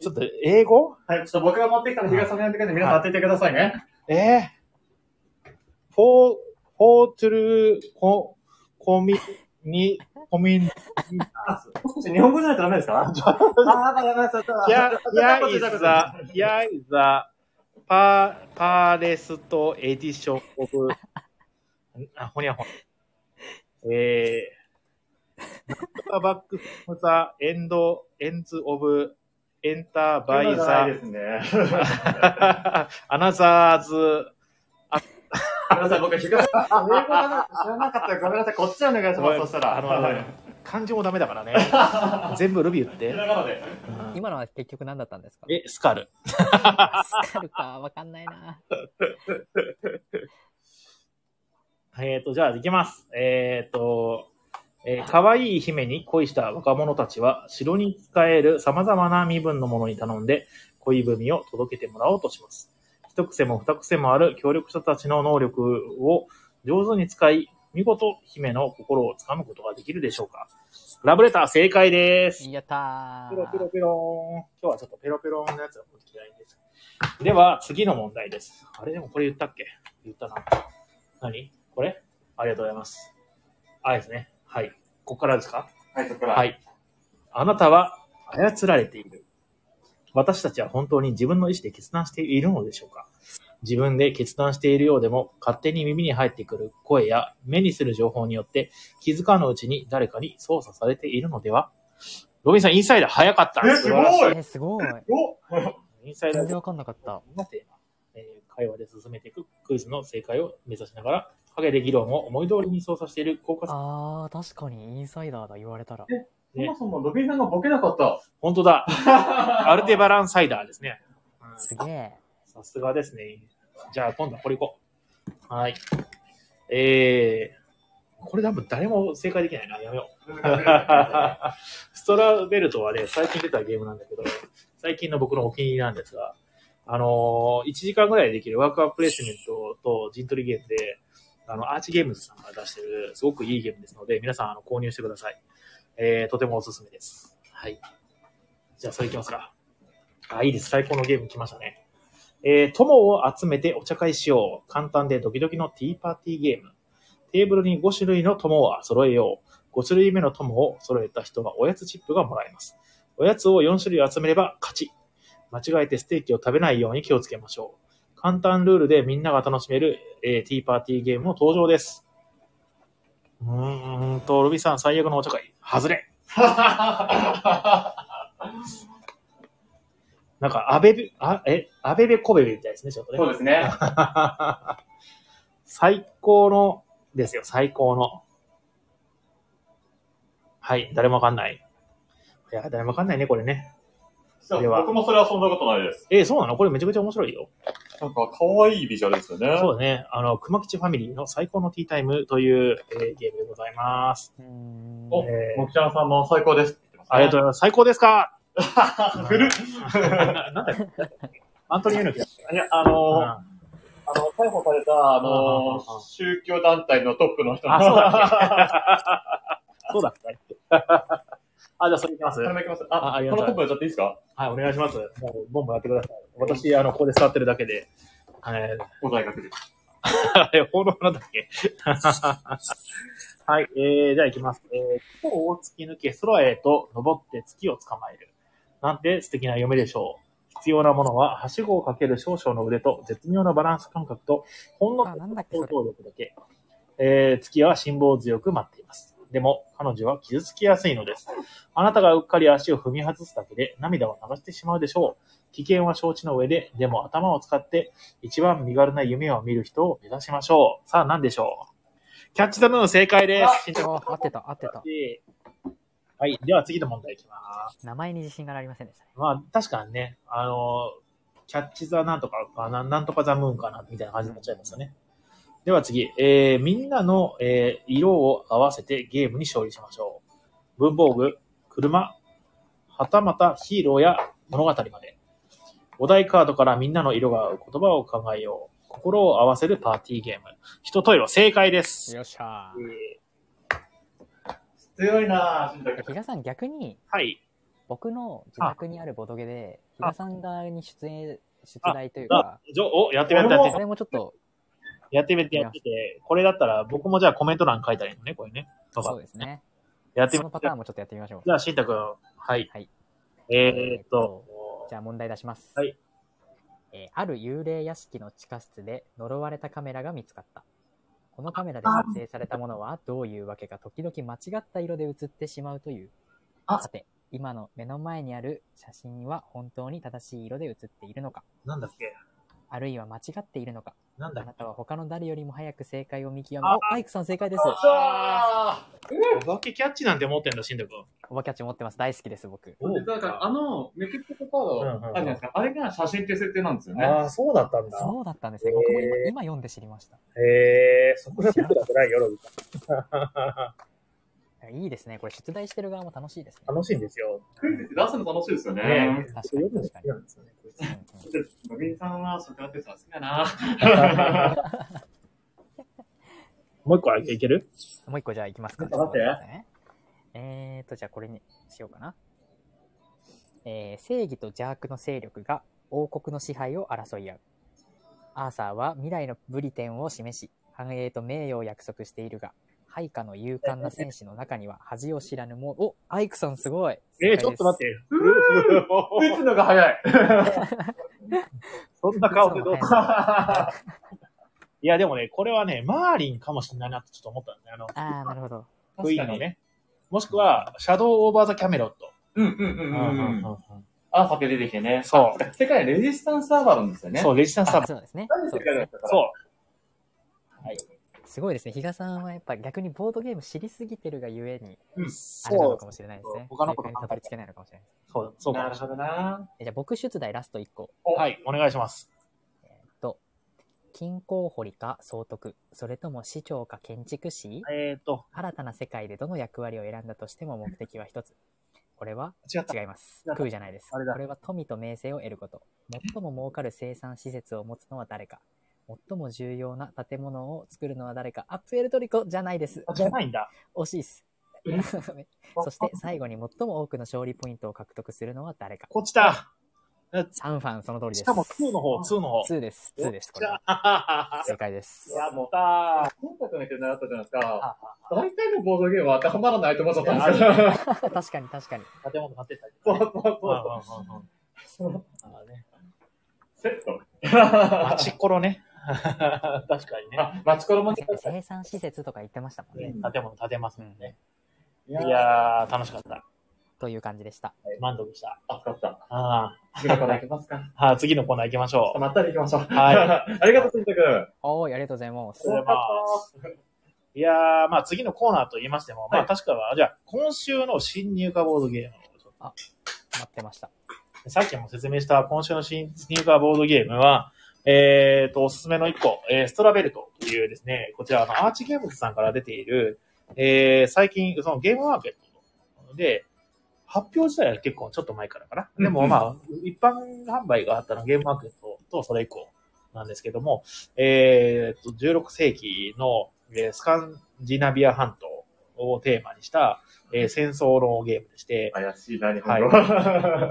ちょっと、英語はい、ちょっと僕が持ってきたの、東さんがやってくるんで、皆さん当ててくださいね。えー、フォー、フォートゥルー、コ、コミ、に、コミン、少し日本語じゃないとダメですかああ、ダメです。や、やいざ、やいざ、パー、パーレストエディションオブ、あ、ほにゃほにゃ。えー、なんとかバックフムザ、エンド、エンズオブ、エンターバイザですね。ー、アナザーズ、ごめんなさい、僕、東さん、英語だな知らなかったらごめんなさい、こっちお願いしごまめす、んそしたら。あのはい漢字もダメだからね。全部ルビー言っひて。らがなで。うん今のは結局何だったんですかえ、スカル。スカルか、わかんないな。えっ、と、じゃあ、行きます。えっ、と、えー可愛い姫に恋した若者たちは、城に使える様々な身分のものに頼んで、恋文を届けてもらおうとします。一癖も二癖もある協力者たちの能力を上手に使い、見事姫の心をつかむことができるでしょうかラブレター正解です。やったペロペロー。ペローン。今日はちょっとペロペロンのやつが持ってきてないんです。では、次の問題です。あれでもこれ言ったっけ言ったな。何これありがとうございます。あれですね。はい。ここからですかはい、そこから。。はいい。あなたは操られている。私たちは本当に自分の意思で決断しているのでしょうか自分で決断しているようでも、勝手に耳に入ってくる声や目にする情報によって、気づかぬうちに誰かに操作されているのではロビンさん、インサイダー早かった。え素晴らしすごいえ、すごい。おい。インサイダ全ー然のわかんなかった。テーマ、えー会話で進めていくクイズの正解を目指しながら、陰で議論を思い通りに操作している効果あー、確かにインサイダーだ、言われたら。そもそもロビンさんがボケなかった。本当だ。アルテバランサイダーですね。うんすげえ。さすがですね。じゃあ、今度はこれ行こう。はい。えー、これ多分誰も正解できないな。やめよう。 ストラベルトはね、最近出たゲームなんだけど、最近の僕のお気に入りなんですが、あのー、1時間ぐらいでできるワークアッププレイスメントと陣取りゲームで、あの、アーチゲームズさんが出してる、すごくいいゲームですので、皆さん、あの、購入してください。えー、とてもおすすめです。はい。じゃあ、それいきますか。あ、いいです。最高のゲーム来ましたね。えー、友を集めてお茶会しよう。簡単でドキドキのティーパーティーゲーム。テーブルに5種類の友を揃えよう。5種類目の友を揃えた人はおやつチップがもらえます。おやつを4種類集めれば勝ち。間違えてステーキを食べないように気をつけましょう。簡単ルールでみんなが楽しめる、えー、ティーパーティーゲームも登場です。うーんと、ロビさん最悪のお茶会。外れ。なんか、アベベ、あ、え、アベベコベベみたいですね、ちょっとね そ。うですね。 最高の、ですよ、最高の。はい、誰もわかんない。いや、誰もわかんないね、これね。そうでは僕もそれ遊んだことないです。えーそうなのこれめちゃくちゃ面白いよ。なんか、可愛いビジュアルですよね。そうね。あの、熊吉ファミリーの最高のティータイムという、えーゲームでございます。うーんおえーもきちゃんさんも最高ですって言ってます、ありがとうございます。最高ですか う。古っ。ななんだよ。アントニオ猪木だ。いや、あのー、ああの、逮捕された、あのあああー、宗教団体のトップの人のあ、そうだっけ。そうだっけ。 あ、じゃあそれいきます。それはも行きます。あ、あありがことうのトップやっちゃっていいですかい、お願いします。もう、ボンボンやってください。私、あの、ここで座ってるだけで。はい。お題学で。あれ、報道なんだっけ はい、えー、じゃあ行きます。えー、塔を突き抜け空へと登って月を捕まえる。なんて素敵な夢でしょう。必要なものは、はしごをかける少々の腕と、絶妙なバランス感覚と、ほんのあ、なんだっけ、そ想れ。像力だけ。えー月は辛抱強く待っています。でも、彼女は傷つきやすいのです。あなたがうっかり足を踏み外すだけで涙を流してしまうでしょう。危険は承知の上で、でも頭を使って一番身軽な夢を見る人を目指しましょう。さあ何でしょうキャッチザムーン正解です。新お合ってた、合ってた。はい。では次の問題いきます。名前に自信がありませんでしたね。まあ、確かにね、あの、キャッチザなんとかかな、なんとかザムーンかな、みたいな感じになっちゃいますよね。では次、えー、みんなの、えー、色を合わせてゲームに勝利しましょう。文房具、車、はたまたヒーローや物語まで。お題カードからみんなの色が合う言葉を考えよう。心を合わせるパーティーゲーム。人と色、正解です。よっしゃえー強いなぁ、新宅ー。。比嘉さん、逆に、はい。僕の自宅にあるボドゲで、比嘉さん側に出演、出題というあか、、じょ、お、やってみて、やってみそて、れもちょっと、やってみて、やってみて、これだったら僕もじゃあコメント欄書いたらいいのね、これね。わかったそうですね。やってそみのてパ。ターンもちょっとやってみましょう。じゃあ、しんたくん。はい。はいえーっと、じゃあ問題出します。はいえーある幽霊屋敷の地下室で呪われたカメラが見つかった。このカメラで撮影されたものはどういうわけか時々間違った色で映ってしまうという。あさて、今の目の前にある写真は本当に正しい色で写っているのかなんだっけあるいは間違っているのかなんだあっけなたは他の誰よりも早く正解を見極め、あお、アイクさん正解です。あお化けキャッチなんて持ってんだ、しんたくん。おばキャッチ持ってます。大好きです、僕。ーなんか、あの、めくってたカード、うんあうんうんるじゃないですか。あれが写真っていう設定なんですよね。ああ、そうだったんだ。そうだったんですね。僕も今へー今読んで知りました。へえ、そこが見てたくないよ、ロビさいいですね。これ出題してる側も楽しいですねん。。楽しいんですよ。クイズって出すの楽しいですよね。ねえ、確かによく好きなんですよね。こいつうんうだんってのびんさんはソクラテスは好きだなもう一個あげいけるもう一個じゃあ行きますか。ちょっと待ってえーと、じゃあこれにしようかな。えー正義と邪悪の勢力が王国の支配を争い合う。アーサーは未来のブリテンを示し、繁栄と名誉を約束しているが、配下の勇敢な戦士の中には恥を知らぬも、お、アイクさんすごいえー、ちょっと待っ。て。打つのが早い。そんな顔でどうそうか。 いや、でもね、これはね、マーリンかもしれないなってちょっと思ったんだね。あの、正解ですあー、なるほど。クイーンのね。もしくは、シャドウオーバーザキャメロット。うんうんうんうんうん。うあ、酒出てきてね。。そう世界レジスタンスサーバーなんですよね。。そうう、レジスタンスサーバー。そうですね。何そ世うで界すだっね。たから。。そうう。すごいですね。比嘉さんはやっぱ逆にボードゲーム知りすぎてるがゆえに、あれなそのうか。もしれないですね。他のこと正解にたどり着けないのかもしれないです。そう、そうなかるほどなえじゃあ、僕出題ラスト1個。はい、お願いします。えーっと、金鉱掘りか総督、それとも市長か建築士えっ、ー、と、新たな世界でどの役割を選んだとしても目的は一つ。これは違った。違います違っ。た空じゃないです。あれだこれは富と名声を得ること。最も儲かる生産施設を持つのは誰か。最も重要な建物を作るのは誰か。あ、プエルトリコじゃないですあ。じゃないんだ。惜しいです。そして最後に最も多くの勝利ポイントを獲得するのは誰か。こっちだ。サンファン、その通りです。しかも2の方、2の方。 2です。2です。これは。 い正解です。や、もうたコンタクトの人習ったじゃないですか。大体のボードゲームは当てはまらないと思っちゃったんですいよ。 確かに確かに。建物買ってったりそとうかそねうそううそう。んうんうんそうあーねセット。マチコロね。 確かにね。 あ、マチコロも来確てかましにた生産施設とか言ってましたもんね。うん建物建てますもんね。いいやー、楽しかった。という感じでした。満足した。ー、暑かった。あ次のコーナー行きますか。ーあー、次のコーナー行きましょう。 まったり行きましょう。はありがとう、すんたくん。おーい、ありがとうございます。ありがとうございいやー、まあ次のコーナーと言いましても、まはあい確かは、じゃあ今週の新入荷ボードゲームをちょっ待ってました。とさっきも説明した今週の新入荷ボードゲームは、えーと、おすすめの1個、えーストラベルトというですね、こちらあのアーチゲームズさんから出ている、えー最近、そのゲームマーケットで、発表自体は結構ちょっと前からかな。でうんうもんまあ、一般販売があったのはゲームマーケットとそれ以降なんですけども、えーと、16世紀のえースカンジナビア半島をテーマにした、えー戦争のゲームでして、怪しいな、日本語本語。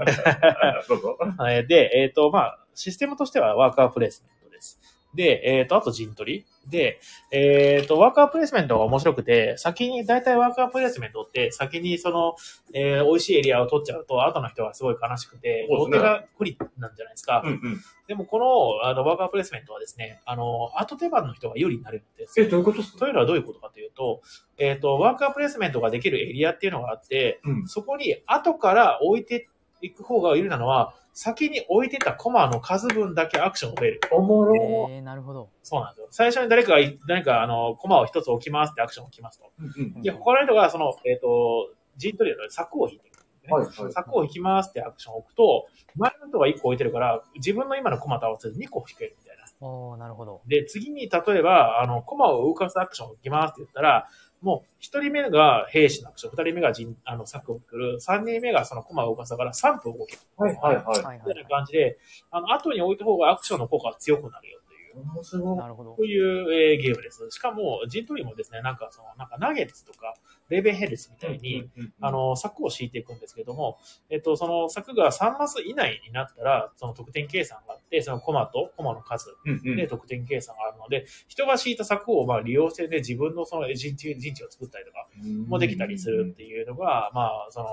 はい、どうぞ。えーで、えっ、と、まあ、システムとしてはワーカープレイスメントです。で、えっ、と、あと陣取り。で、えっ、と、ワーカープレイスメントが面白くて、先に、大体ワーカープレイスメントって、先にその、えー美味しいエリアを取っちゃうと、後の人はすごい悲しくて、そう後で手すねが不利なんじゃないですか。うんうん。でも、この、あの、ワーカープレイスメントはですね、あの、後手番の人が有利になれるんです。 え、どういうことっすというのはどういうことかというと、えっ、と、ワーカープレイスメントができるエリアっていうのがあって、うん。そこに後から置いていく方が有利なのは、先に置いてたコマの数分だけアクションを増える。おもえろ。ー、なるほど。そうなんですよ。最初に誰かが、何かあの、コマを一つ置きますってアクションを置きますと。うんうんで、他の人がその、えっ、と、陣取りの柵を引いてる。はいはい。柵を引きますってアクションを置くと、前の人が1個置いてるから、自分の今のコマと合わせて2個引けるみたいな。おー、なるほど。で、次に例えば、あの、コマを動かすアクションを置きますって言ったら、もう、一人目が兵士のアクション、二人目が陣あの、柵を作る、三人目がそのコマを動かすだから3分動けるはいはいははいはみいたいなは感じで、あの、後に置いた方がアクションの効果が強くなるよというい。、面白い。い。なるほどこ。ういう、えーゲームです。しかも、陣取りもですね、なんかその、なんかナゲッツとか、レーベンヘルスみたいに、あ、の、柵を敷いていくんですけども、えっと、その柵が3マス以内になったら、その得点計算があって、そのコマとコマの数うんうん。で得点計算があるので、人が敷いた柵をまあ利用してね、自分のその陣地陣地を作ったりとか、もできたりするっていうのが、まあ、その、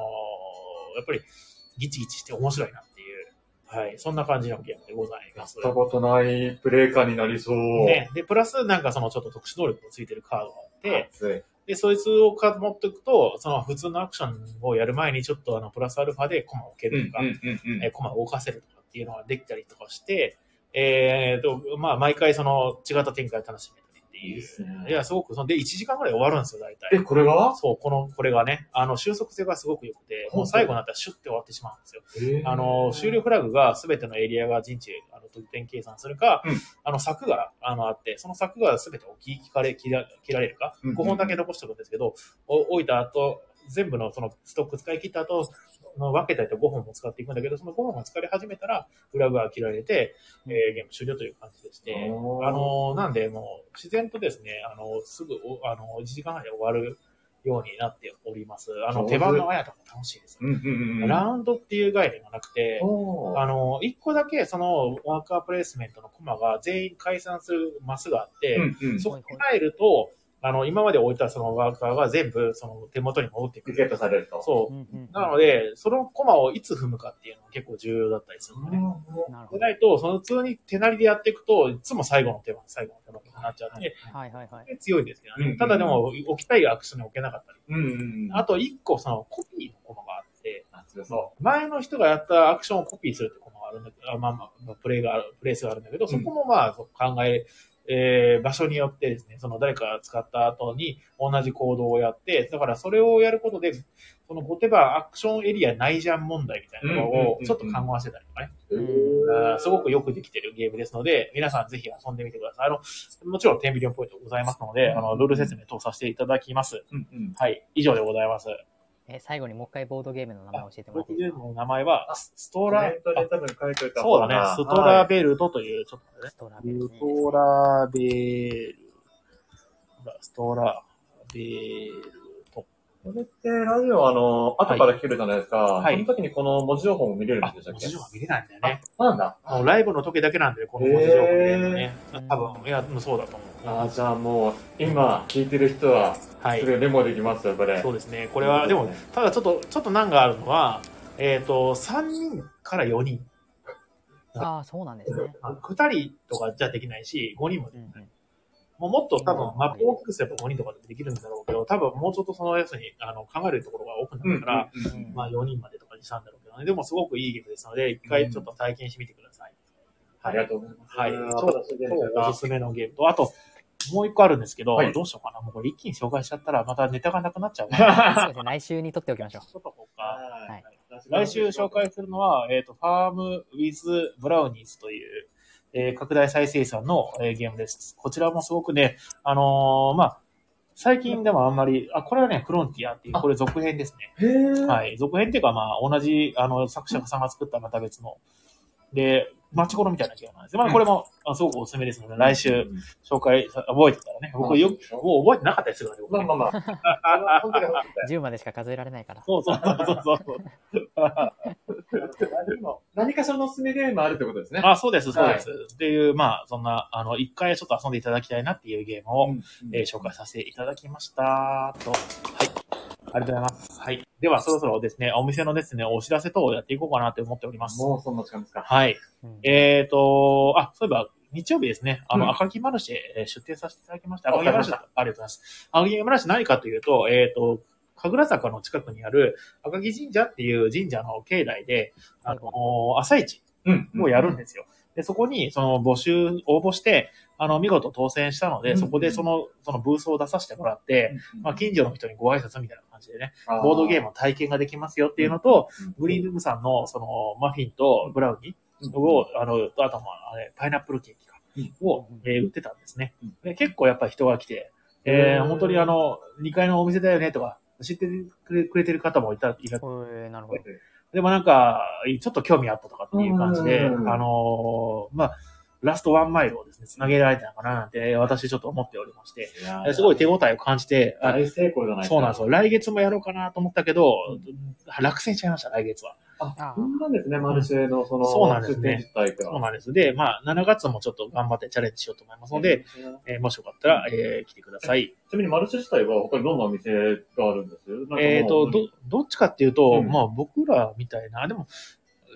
やっぱりギチギチして面白いなっていう、はい、そんな感じのゲームでございますやっ。たことないプレイ感になりそう。ね、で、プラスなんかそのちょっと特殊能力もついてるカードがあって、熱い。で、そいつをか持っていくと、その普通のアクションをやる前にちょっとあの、プラスアルファでコマを置けうんうるとか、んうんえーコマを動かせるとかっていうのができたりとかして、えーと、まあ、毎回その違った展開を楽しめたりっていいいう。っすねいや、すごく、そんで1時間ぐらい終わるんですよ、大体。え、これがそう、この、これがね、あの、収束性がすごく良くて、もう最後になったらシュッて終わってしまうんですよ。あの、終了フラグが全てのエリアが陣地、あの、得点計算するか、うんあの、柵が、あの、あって、その柵が全て置き、切かれ、切ら切られるか、うんうん5本だけ残しておくんですけど、お置いた後、全部のそのストック使い切った後、その分けたりと5本も使っていくんだけど、その5本が使い始めたら、フラグが切られて、えーゲーム終了という感じでして、あの、なんで、もう、自然とですね、あの、すぐお、あの、1時間半で終わるようになっております。あの、上手手番のあやとかも楽しいです。うんうんうん。ラウンドっていう概念がなくて、おーあの、1個だけそのワーカープレイスメントのコマが全員解散するマスがあって、うんうん。そこに入ると、あの、今まで置いたそのワーカーが全部その手元に戻ってくリセる。ットされると。そうう。んうんなので、そのコマをいつ踏むかっていうのが結構重要だったりするので、ね。なるほでど。ないと、その普通に手なりでやっていくと、いつも最後の手番、最後の手番になっちゃうので、はいはいはい。で強いんですけどうんねう。んただでも、置きたいアクションに置けなかったり。うんうんうん。あと1個、そのコピーのコマがあって、あ、強そ前の人がやったアクションをコピーするってコマがあるんだけど、あまあまあまあ、プレイがある、プレイスがあるんだけど、そこもまあ、そう考え、えー場所によってですね、その誰かが使った後に同じ行動をやって、だからそれをやることで、その後手番アクションエリア内ジャン問題みたいなのうんうんうんをうんちょっと緩和してたりとかね。う。あーすごくよくできてるゲームですので、皆さんぜひ遊んでみてください。あの、もちろんテンビリオンポイントございますので、あの、ルール説明等させていただきます。うんうん。はい、以上でございます。えー、最後にもう一回ボードゲームの名前教えてもらっ僕ていいですかの名前は、スストコラメントで多分書いといた方そうがだね、ストラはいベルトという、ちょっとね、ストラベルスね。トラベル、ストラベルト。これって、ラジオ、あの、後から聞けるじゃないですか。はいその時にこの文字情報も見れるんあでしたっ文け字情報見れないんだよね。そうなんだ。もうライブの時だけなんで、この文字情報見れるのね。へー多分、いや、もうそうだと思あーじゃあもう、今、聞いてる人は、う。はいす。ぐメモできますよ、これ。そうですね。これは、そうでですねも、ただちょっと、ちょっと難があるのは、えっ、と、3人から4人。ああ、そうなんですね。 2人とかじゃできないし、5人もうんうん。もうもっと多分、マップを大きくすれば5人とかでできるんだろうけど、多分もうちょっとそのやつにあの考えるところが多くなるから、うんまあ4人までとかにしたんだろうけどね。でもすごくいいゲームですので、一回ちょっと体験してみてください。ありがとうございます。はい。超超おそすすめのゲームと、あと、もう一個あるんですけど、はいどうしようかな。もうこれ一気に紹介しちゃったら、またネタがなくなっちゃうから。そう ですね。来週に取っておきま しょう。ちょっとこうか。はい来週紹介するのは、えっ、と、ファーム・ウィズ・ブラウニーズという、えー拡大再生産の、えーゲームです。こちらもすごくね、あのーまあ、最近でもあんまり、あ、これはね、フロンティアっていう、これ続編ですね。へーはい。続編っていうか、まあ、同じ、あの、作者さんが作ったまた別の、で、マチコロみたいなゲームなんです。まあ、これも、あすごくおすすめですので、来週紹介さ、覚えてたらね、僕よく、もう覚えてなかったりするからね、僕まねあまあまあ。あ本当に本当に10までしか数えられないから。そうそうそうそうそう。 何かしらのおすすめゲームあるってことですね。あ、そうです、そうです。っていう、まあ、そんな、あの、一回ちょっと遊んでいただきたいなっていうゲームを、えー紹介させていただきました。と。はい。ありがとうございます。はい。では、そろそろですね、お店のですね、お知らせ等をやっていこうかなと思っております。もうそんな時間ですか。はい。うんえっ、と、あ、そういえば、日曜日ですね、あの、うん赤木マルシェえー出店させていただきました。あ赤木マルシェ、わありがとうございます。赤木マルシェ何かというと、えっ、と、神楽坂の近くにある赤木神社っていう神社の境内で、あの朝市うんもうやるんですよ。で、そこに、その募集、応募して、あの、見事当選したのうで、んそこでその、そのブースを出させてもらって、まあ、近所の人にご挨拶みたいな感じでね、ボードゲームムの体験ができますよっていうのと、グリーンンルームさんの、その、マフィンとブラウニーを、あの、あと、まあ、あれ、パイナップルケーキかをうん、えー売ってたんですねうん。で結構やっぱり人が来て、えー本当にあの、2階のお店だよねとか、知ってくれくれてる方もいた、いらえー、なるほど。でもなんか、ちょっと興味あったとかっていう感じで、あうんのーまあ、ラストワンマイルをですね、繋げられたのかななんて、私ちょっと思っておりまして、すごい手応えを感じて、あ大成功じゃないそうなんですよ。よ。来月もやろうかなと思ったけど、う落選しちゃいました、来月は。あそんなんですね、マルシェのその、そうなんですね出店自体そがう。なんです。で、まあ、7月もちょっと頑張ってチャレンジしようと思いますので、えー、えーもしよかったら、えー来てください。ちなみにマルシェ自体は他にどんなお店があるんですなんかもうえっ、と、ど、どっちかっていうと、うんまあ僕らみたいな、でも、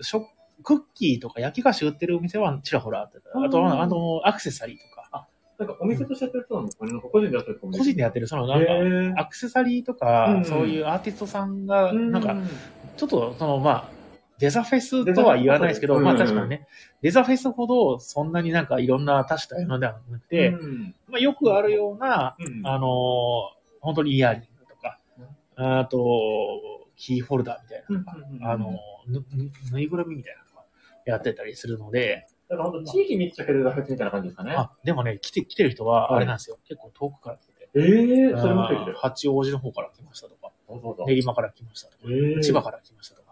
ショクッキーとか焼き菓子売ってるお店はちらほらあってたあと、うんあの、アクセサリーとか、なんかお店としてやってる人なのかな個人でやってる人も個人でやってるる、その人なんか、んアクセサリーとか、うんそういうアーティストさんが、なんか、ちょっと、その、まあ、デザフェスデザとフェはス言わないですけど、うんまあ確かにね、デザフェスほど、そんなになんかいろんな多種多様なのではなくて、うんまあよくあるような、うんあのー本当にイヤリングとかう、あと、キーホルダーみたいなのとか、うんあのーぬ、ぬぬいぐるみみたいなのとかやってたりするので、なんか本当地域密着で出すみたいな感じですかね。あ、でもね、来て、来てる人は、あれなんですよ、結構遠くから来てて、ええー、それ持ってあきてーる。八王子の方から来ましたとか、そうそうそう練馬から来ましたとか、えー千葉から来ましたとか。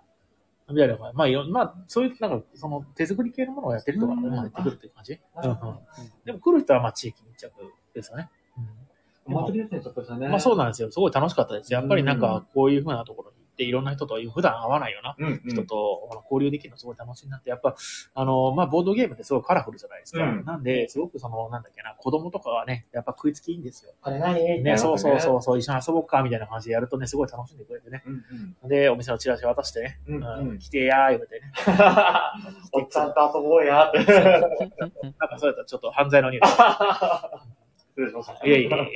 みたいなのが、まあ、いろんまあ、そういう、なんか、その、手作り系のものをやってるとか、うんまあ、やってくるっていう感じ。あうんうんでも、来る人は、まあ、地域密着ですよね。お祭りですね、ちょっとしたね。まあ、そうなんですよ。すごい楽しかったです。やっぱりなんうんか、こういうふうなところに行って、いろんな人と、普段会わないようなうん。うん人と、あの交流できるのすごい楽しいなって、やっぱ、あの、まあ、ボードゲームってすごいカラフルじゃないですか。うんなんで、すごくその、なんだっけな、子供とかはね、やっぱ食いつきいいんですよ。あれ何ね、そうそうう。そう、そう一緒に遊ぼうか、みたいな感じでやるとね、すごい楽しんでくれてね。うんうんで、お店のチラシ渡してね、うんうんうん来てやー、言うてね。おっちゃんと遊ぼうやーって。なんかそうやったらちょっと犯罪の匂い。失礼しました。いやいやい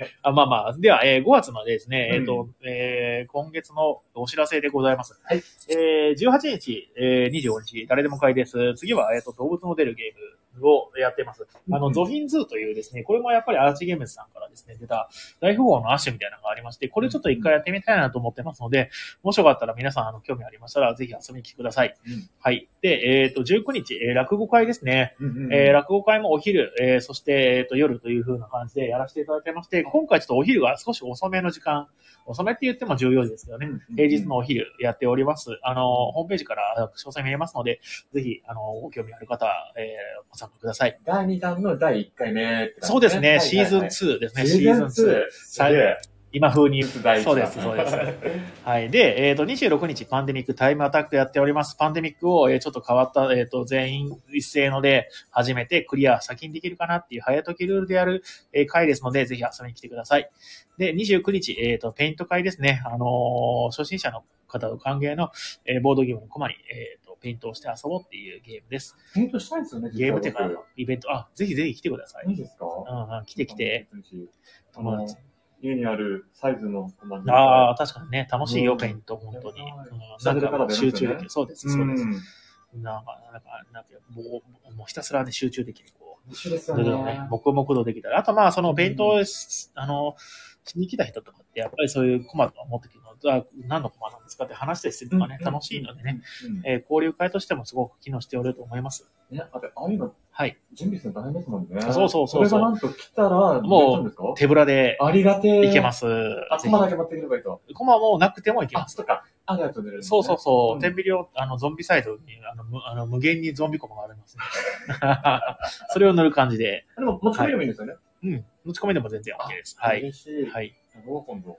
や あまあまあ。では、えー5月のですね、えっ、うと、えー今月のお知らせでございます。はいえー18日、えー25日、誰でも買いです。次は、えっ、と、動物の出るゲームをやってます。あうの、んゾフィンズーというですね、これもやっぱりアーチゲームズさんからですね、出た大富豪の足みたいなのがありまして、これちょっと一回やってみたいなと思ってますので、もしよかったら皆さん、あの、興味ありましたら、ぜひ遊びに来てください。うんはい。で、えっ、と、19日、えー落語会ですね。うんうんうんえー落語会もお昼、えーそして、えーと、夜という風な感じでやらせていただいてまして、今回ちょっとお昼が少し遅めの時間、遅めって言っても14時ですよね。平日のお昼やっております。あの、ホームページから詳細見えますので、ぜひ、あの、ご興味ある方、えーご参加ください。第2弾の第1回目って感じそうですね、シーズン2。 2ですね、シーズンシーズン2。 2。すげえ今風に言うつ第一そうです、そうです。はい。で、えっ、と、26日、パンデミックタイムアタックやっております。パンデミックを、えーちょっと変わった、えっ、と、全員一斉ので、初めてクリア、先にできるかなっていう、早解きルールでやる、えー回ですので、ぜひ遊びに来てください。で、29日、えっ、と、ペイント会ですね。あのー初心者の方の歓迎の、えーボードゲームのコマに、えっ、と、ペイントをして遊ぼうっていうゲームです。ペイントしたいんですよね、ゲームっていうか、あ実のはイベント、あ、ぜひぜひ来てください。僕いいですかうんうん、来て来て。。あの、家にあるサイズのコマンドああ、確かにね、楽しいよ、うんペイント、本当に。はいうん、なんか集中できる。そうです、そうです。なんか、なんか、なんか、もう、もうひたすらね、集中できる。こ一緒ですう、それよねでもね、。黙々とできたら。あと、まあ、その、弁当をし、あの、しに来た人とかって、やっぱりそういうコマとか持ってきてるの、あ何のコマなんですかって話したりするのがね、楽しいのでね、うん。えー交流会としてもすごく機能しておると思います。ね、あと、ああいうのはい。準備するの大変ですもんね。そうそうそうそうそれがなんと来たら、もううですか手ぶらでありがてえ。。いけますす。あ、コぜマだけ持ってくればいいと。ひコマもなくてもいけあ、ます。そっか。ありがとうございます。そうそうそう。ん天秤を、あの、ゾンビサイドに、あの、むあの無限にゾンビコマがあります、ね。 それを塗る感じで、でも、持ち込みでもいいんですよね。うん。持ち込みでも全然 OK です。はい。嬉しい。はい。やろう今度。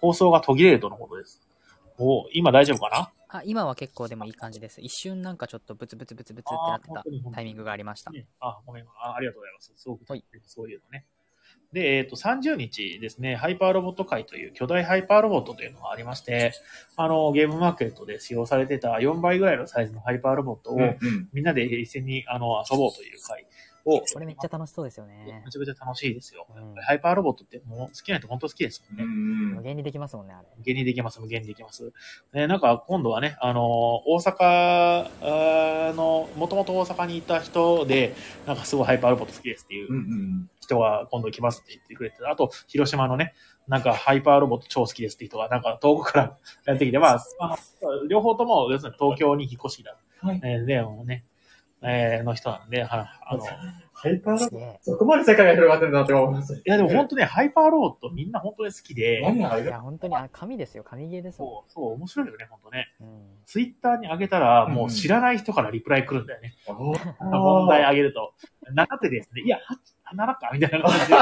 放送が途切れるとのことです。お今大丈夫かなあ、今は結構でもいい感じです。一瞬なんかちょっとブツブツブツブツってなってあー本た当に本当にタイミングがありました。うんあ、ごめんあ。ありがとうございます。すごく、はいそういうのね。で、えっ、と、30日ですね、ハイパーロボット会という巨大ハイパーロボットというのがありまして、あの、ゲームマーケットで使用されてた4倍ぐらいのサイズのハイパーロボットを、うん。みんなで一斉にあの遊ぼうという会を、これめっちゃ楽しそうですよめね。ちゃくちゃ楽しいですよ。うんハイパーロボットってもう好きな人本当好きですもんね。うん無。限にできますもんね、あれ。無限にできます、無限にできます。えなんか今度はね、あのー大阪あーの、もともと大阪にいた人で、なんかすごいハイパーロボット好きですっていううんうん。人が今度来ますって言ってくれて、あと、広島のね、なんかハイパーロボット超好きですって人が、なんか遠くから やってきて、まあ、あの両方とも、要するに東京に引っ越してきた、はいえーで、もうね、えーの人なんで、はあの、いハイパーすだげえ。そこまで世界が広がってるなって思います。やでも本当ね、ハイパーロボットみんな本当に好きで、何があいれや、本当に、あ、神ですよ。神ゲーですもそう、そう、面白いよね、本当ね。ん。うん。ツイッターに上げたら、もう知らない人からリプライ来るんだよね。問問題題上げると。7手ですね。いや、8、7か、みたいな感じで。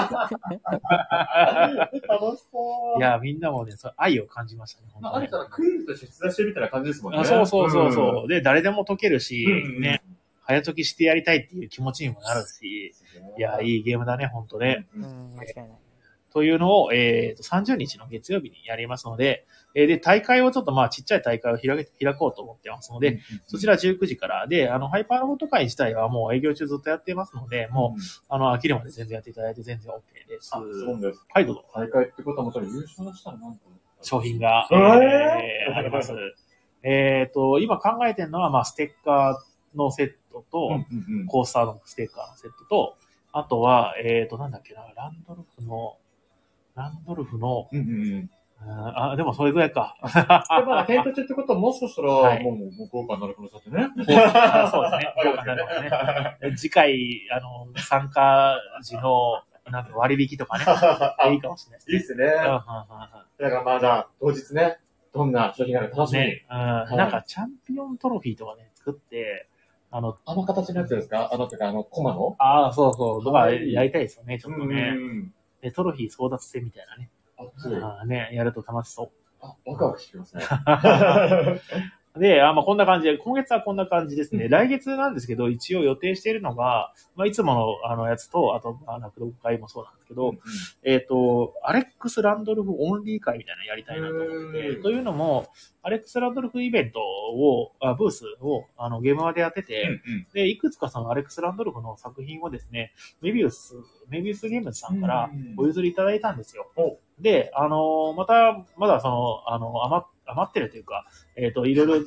楽しそい、う。や、みんなもね、そう愛を感じましたね、本ま当あ、あれねからクイズとして出題してるみたいな感じですもんね。あそうそうそうそう。で、誰でも解けるし、うん。うんね、。早解きしてやりたいっていう気持ちにもなるし、いや、いいいゲームだね、本当ね。う。うんん、間違いない。というのを、えー、と30日の月曜日にやりますので、えーで、大会をちょっとまあ、ちっちゃい大会を開け開こうと思ってますので、そちらら19時から。で、あの、ハイパーロボット会自体はもう営業中ずっとやってますので、もう、あの、飽きるまで全然やっていただいて全然 OK です。あ、そうです。はい、どうぞ。大会ってことはもちろん優勝したらなんと。商品が、えーーあります。 えっ、と、今考えてるのは、まあ、ステッカーのセットと、うんうんうん。コースターのステッカーのセットと、あとは、えっ、と、なんだっけな、ランドルフの、ランドルフの、うんうんうん。うんあ、でもそれぐらいか。だから、検討中ってことはもしかしたら、はいもう、もう豪華になる可能性だってね。あそうですね。豪華なのがね。次回、あの、参加時の、なんか割引と かね、いいかもしれないです いいね。っすね。うんうんうんだうんからまあじゃあ、当日ね、どんな商品があるか楽しみに。ね、うん、なんかチャンピオントロフィーとかね、作って、あの、あの形のやつですかあの、てか、あの、コマのああ、そうそう、とかはいやりたいですよね、ちょっとね。ん。でトロフィー争奪戦みたいなね。あ、そう。ああね、やると楽し そあ、ワクワクしてきます ね。う。で、あまあこんな感じで、今月はこんな感じですね。うん来月なんですけど、一応予定しているのが、まあ、いつものあのやつと、あと、まあ、落語会もそうなんですけど、えっ、と、アレックス・ランドルフオンリー会みたいなのやりたいなと思ってうて、んというのも、アレックス・ランドルフイベントを、あブースをあのゲームマでやってて、うんで、いくつかそのアレックス・ランドルフの作品をですね、メビウス、メビウスゲームズさんからうんお譲りいただいたんですよお。で、あの、また、まだその、あの、余っ余ってるというか、えっ、と、いろい ろ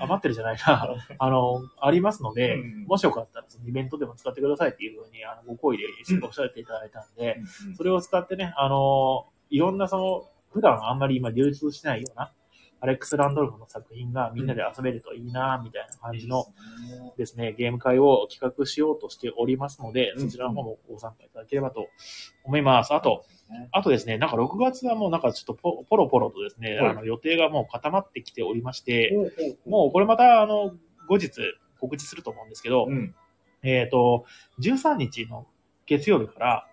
余ってるじゃないな、あの、ありますので、うんもしよかったらそのイベントでも使ってくださいっていうふうに、あの、ご好意でおっしゃっていただいたんで、それを使ってね、あのーいろんなその、普段あんまり今流通しないような、アレックス・ランドルフの作品がみんなで遊べるといいなみたいな感じのですね、ゲーム会を企画しようとしておりますので、うんそちらの方もご参加いただければと思います。あとね、あとですね、なんか6月はもうなんかちょっとポポロポロとですね、はいあの予定がもう固まってきておりまして、ほうほうほもうこれまたあの、後日告知すると思うんですけど、うん。えっ、と、13日の月曜日から、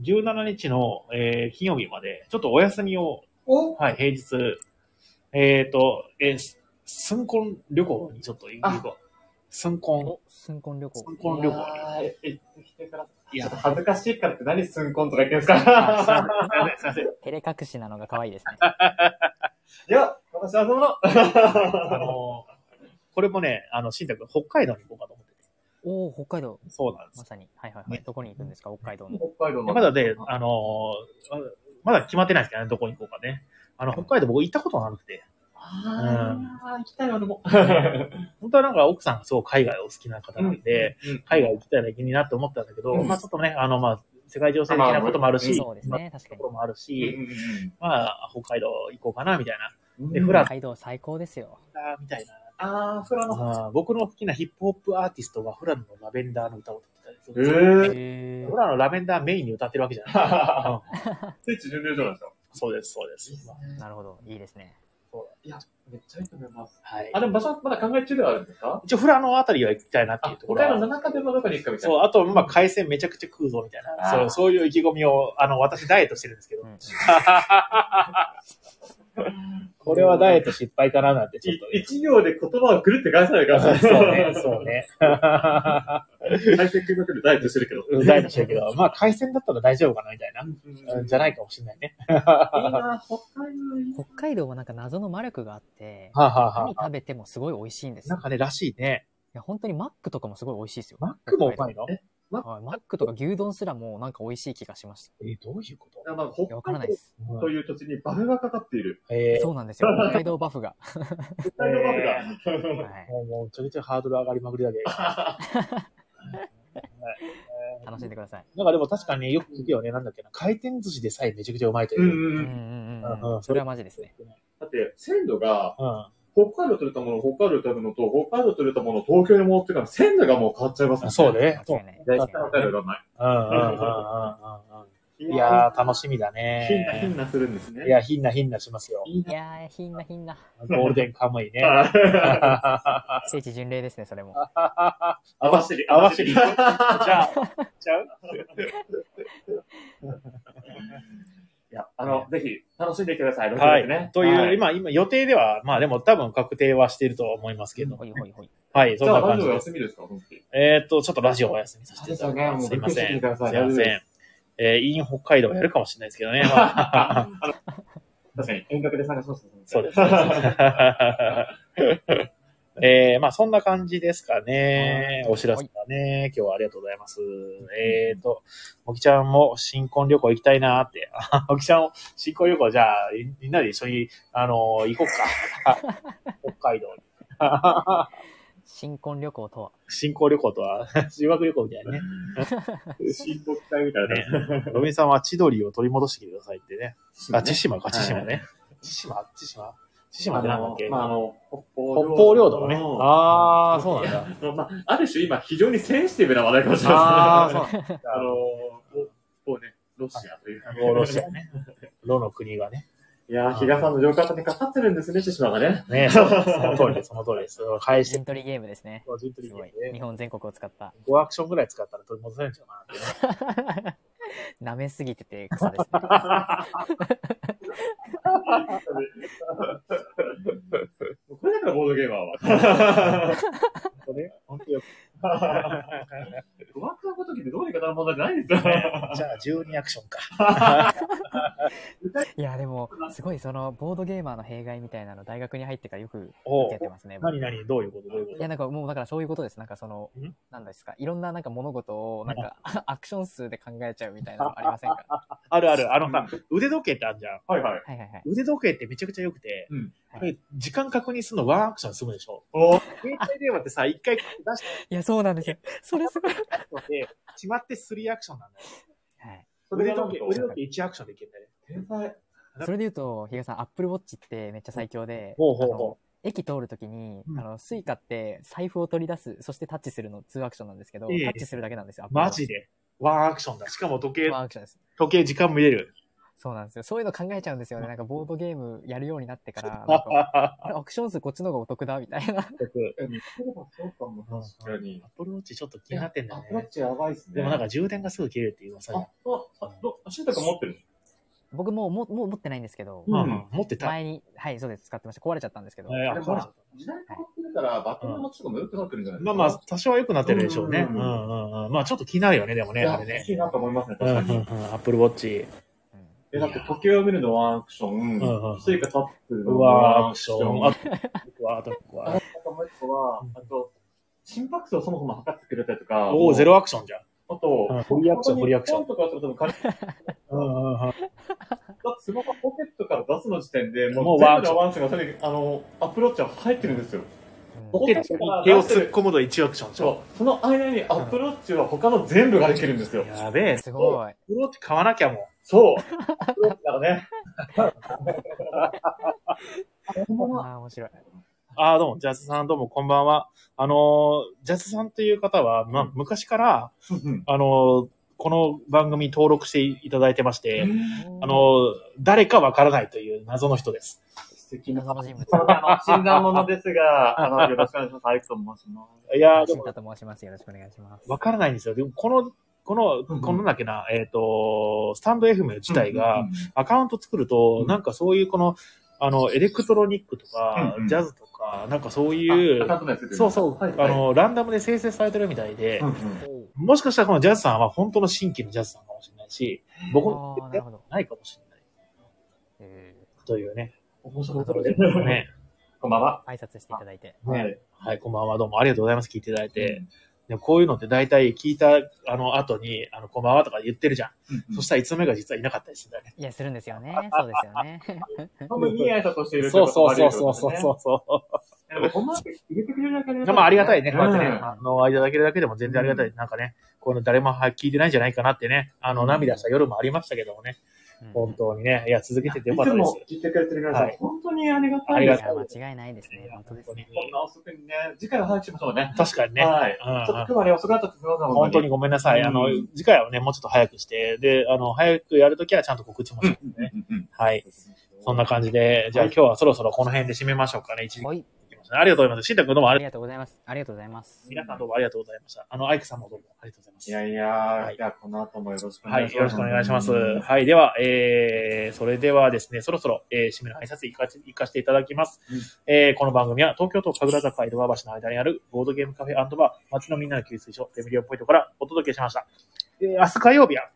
17日の、えー金曜日まで、ちょっとお休みを、おはい、平日、えっ、と、えー、す寸婚旅行にちょっと行こう。寸婚、お、寸婚旅行。寸婚旅行に。あーええ来てからいちょやっと、恥ずかしいからって何寸婚とか言ってんですあすいかませんすいません。照れ隠しなのが可愛いですね。いや、私はその、あの、これもね、あの、新宅、北海道に行こうかと思ってて。おお、北海道。そうなんですま。さに。はいはいはい。どこに行くんですか北海道の。北海道 の。まだね、あのーまだ決まってないですけどね、どこに行こうかね。あの、北海道僕行ったことがなくて、あー、行きたい俺 も。本当はなんか奥さんがすごい海外お好きな方なんで、うん海外行きたいだけになって思ったんだけど、うんまあちょっとね、あの、まあ、世界情勢的なこともあるし、そうですね。確かとにこ。ろもあるし、うんまあ、北海道行こうかな、みたいな、うんでうんフラ北海道最高ですよ。あーみたいな。あー、フラの。まあ僕の好きなヒップホップアーティストがフラのラベンダーの歌を歌ってたりすえるんですよ。ー。へフラのラベンダーメインに歌ってるわけじゃない。 聖地巡礼所なんですよ。そうです、そうです。ーなるほど。いいですね。いや、めっちゃいいと思います。はいあ、。でも場所はまだ考え中ではあるんですか一応、フラのあたりは行きたいなっていうとこ北ろは海道の中でもどこに行くかみたいな。そう、あと、まあ、海鮮めちゃくちゃ食うぞ、みたいな。あーそう、そういう意気込みを、あの、私、ダイエットしてるんですけどう、ん。これはダイエット失敗かな、なんて、ちょっと。い一行で言葉をくるって返さないから。そうね、そうね。対戦組みくるダイエットしてるけど。。うんダイエットしてるけど、まあ、海鮮だったら大丈夫かな、みたいな。うんじゃないいかもしれないね。いいな、北海道いい北海道はなんか謎の魔力があって、はあ、はあは何あ、食べてもすごい美味しいんですなよ。んいかね、らしいね。や、本当にマックとかもすごい美味しいですよ。マックもうまいのえはい、マックとか牛丼すらもなんか美味しい気がしました。え、どういうこな。まあいや、北わからない海です。と道という土地にバフがかかっている。えーそうなんですよ。北海道バフが。北海道バフが。はい、もう、もう、ちょいちょいハードル上がりまくりだけど。楽しんでください。なんかでも確かによく聞くよね、なんだっけな、回転寿司でさえめちゃくちゃうまいというう。んうん。うんううんん。うんあうんう。うんんそれはマジですね。だって、鮮度が、あ北海道取れたものを北海道で食べるのと、北海道取れたものを東京に持ってから鮮度がもう変わっちゃいますね。そうね。間違いない。そう間違い北ない海道がない。うんうんうんうんうんうん。いやー、楽しみだひんなひんね。なするんですね。いや、ひんなひんなしますよ。いいいやー、ひんなひんな。ゴールデンカムイね。な。聖地巡礼ですね、それも。あ合わせり、合わせり。合じゃわあ、ちゃういや、あの、ぜひ、楽しんでください。はい。という、今、今、今予定では、まあでも多分確定はしているとは思いますけどほ。いほいほい。はい、そじんゃあ、な感じラジオです休。みですか、本当に。えーっと、ちょっとラジオお休みさせていただきます。そすういまですよねもうせん。すびいっくりしてくださいません。えー、イン北海道やるかもしれないですけどね。 あの確かに、遠隔で探しますねそうです。 えー、まあそんな感じですかね。お知らせだね。今日はありがとうございます。えーと、もきちゃんも新婚旅行行きたいなーって。 あもきちゃんも新婚旅行じゃあ、みんなで一緒に、あのー行こっ か。北海道に。新婚旅行とは。新婚旅行とは、 修学旅行みたいなね。新国会みたいな。ロビンさんは千鳥を取り戻してきてくださいってね。あ、千島か、はい千島ね。千島、千島。千島あってなんだっのけ、まあ、あの、北北方領土のね。ああ、 そうなんだ。あ、まあ、ある種今、非常にセンシティブな話題かもしれああ、なそうなんいだですね。。あの、北方ね、ロシアという。ロシアね。ロの国がね。いやー、比嘉さんの上方にかかってるんですね、獅子がね。ねそうその通りです、その通りです。それを返しエてン、トリーゲームですね。個人的すにごい。日ね、本全国を使った。 5アクションぐらい使ったら取り戻せるんじゃないかなってね。舐めすぎてて草です ね。これだからボードゲーマーは。これ本当よく。ワークの時ってどうにかなる問題じゃないんですよね。じゃあ、12アクションか。いや、でも、すごいその、ボードゲーマーの弊害みたいなの、大学に入ってからよくお受うけてますね。僕何何どういうことどういうこいや、なんかもう、だからそういうことです。なんかそのん、なんですか、いろんななんか物事を、なんか、 アクション数で考えちゃうみたいなのありませんかはとあるある。あのさ、腕時計ってあるじゃん。はいはい。いはいはい。腕時計ってめちゃくちゃ良くて、うんこれ時間確認するのワンアクション済むでしょ。お携帯電話ってさ、一回出していや、そうなんですよ。それすごい。ので、決まって3アクションなんだよ。はい。それ腕でなん時か計、、腕時計1アクションでいけるんだよね。天才。それで言うと、比嘉さん、アップルウォッチってめっちゃ最強で、ほうほうあほの駅通るときに、うんあの、スイカって財布を取り出す、そしてタッチするの2アクションなんですけど、ええタッチするだけなんですよ。マジでで。ワンアクションだ。しかも時計、ワンアクションです。時計時間見れる。そうなんですよ。そういうの考えちゃうんですよね。なんかボードゲームやるようにな ってから、なんはかははあれアクション数こっちの方がお得だみたいな。そ うかも、確かにア。プローチちょっと気になってんだよアプローね。チやばいっすね。でもなんか充電がすぐ切れるっていう噂あ、あが。、あ、ど、シュタ君持ってる僕もうもうもう持ってないんですけど、うんうんうん持ってた。前に、はい、そうです。使ってました。壊れちゃったんですけど。えーあでも壊れちゃった時代変わってるから、バットマンのちょっとも良くなってるんじゃないまあまあ、多少は良くなってるでしょうね。ううんうんんうん。まあちょっと気になるよね、でもね、あれいやね欲。しいなと思いますね、うんうん確かうんに。。アップルウォッチ。うんえ、だって時計を見るのワンアクショうんうんン、スイカ立ってるうのわワー、アンアククシショョン。ン。ああとは、あとあは。ともう一個は、あと、心拍数をそもそも測ってくれたりとか、おお、ゼロアクションじゃん。あとうん、フリーアクションフリーアクションポンとかだと多分軽いうんうんうん。だってスマホポケットから出すの時点で、ももううワンアクション全部のワンアクションがそれにあの、アプローチは入ってるんですよ。ポケットに手を突っ込むの1アクションじゃそう。その間にアプローチは他の全部ができるんですよ。ん。やべえ。すごい。アップルウォッチ買わなきゃもそう。アプローチからね。ああ、面白い。う。ああ、どうも、ジャズさんどうも、こんばんは。あのー、ジャズさんという方は、まあ、昔から、あのー、この番組登録していただいてまして、あのー、誰かわからないという謎の人です。素敵な謎の人物。あの、診断ものですが、あの、よろしくお願いします。アイクと申しまいやー、で新も、田と申します。よろしくお願いします。わからないんですよ。でも、この、こうんうの、んこのなんだっけな、えっ、と、スタンド FM 自す。体が、アカウント作るとう、んなんかそういうこの、あの、エレクトロニックとかうんう、んジャズとか、なんかそううんうん、いあアうカウ、ントのやつですねそうそう、はい、あの、ランダムで生成されてるみたいでうん、うん、おうもしかしたらこのジャズさんは本当の新規のジャズさんかもしれないし、僕のああ、なるほど。ないかもしれない。えというね。面白かっでたですすね。ね。こんばんは。ー挨拶していただいて。ねはい、こんばんは。どうもありがとうございます。聞いていただいて。でこういうのって大体聞いた、あの、後に、あの、こんばんはとか言ってるじゃん。そしたらいつの間にか実はいなかったりするんだよね。いや、するんですよね。そうですよね。ら、多分いい挨拶をしているそうそうそうそうそうう。そでも、こんばんはって入れてくれるだけでう。まあ、ありがたいね。こうやってね、うんあの、間だけだけでも全然ありがたい。なんかね、この誰も聞いてないんじゃないかなってね、あの、涙した夜もありましたけどもね。うん本当にね、いや、続けててよいかっつたですも。聞いてくれてる皆さはんい、本当にありがたあいりいがでとすう。や、間違いないですね。本当ですね。こんな遅くにね、次回は早くしましょうね。確かにね。はい。うんうんちょっと今日はね、遅かったですみません、本当に。ごめんなさい。うんあの、次回はね、もうちょっと早くして、で、あの、早くやるときはちゃんと告知もしますね。うんうんはい。そんな感じで、じゃあ今日はそろそろこの辺で締めましょうかね。一時間はい。来ましたねありがとうございます。しんたくんどうもあありりがとうございます。ありがとうございます。皆さんどうもありがとうございました。あの、アイクさんもどうもありがとうございまいす。やいやはいー、じゃあこの後もよろしくおは願いい、します。よろしくお願いします。うんはい、では、えー、それではですね、そろそろ、えー、締めの挨拶いかせいかしていただきます。うんえー、この番組は、東京都神楽坂江戸川橋の間にある、ボードゲームカフェバー、街のみんなの給水所、デミリオンポイントからお届けしました。えー、明日火曜日は、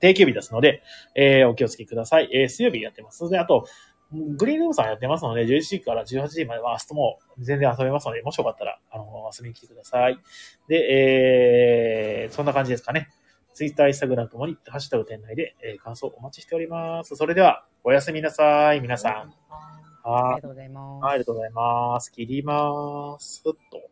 定休日ですので、えー、お気をつけください。えー、水曜日やってますので、あと、グリーンルームさんやってますので、11時から18時までは明日も全然遊べますので、もしよかったら、あの、遊びに来てください。で、えー、そんな感じですかね。ツイッター、インスタグラムともに、ハッシュタグ店内で、えー感想お待ちしております。それでは、おやすみなさい、皆さん。ありはがとうございますーい。。ありがとうございます。切ります。っと。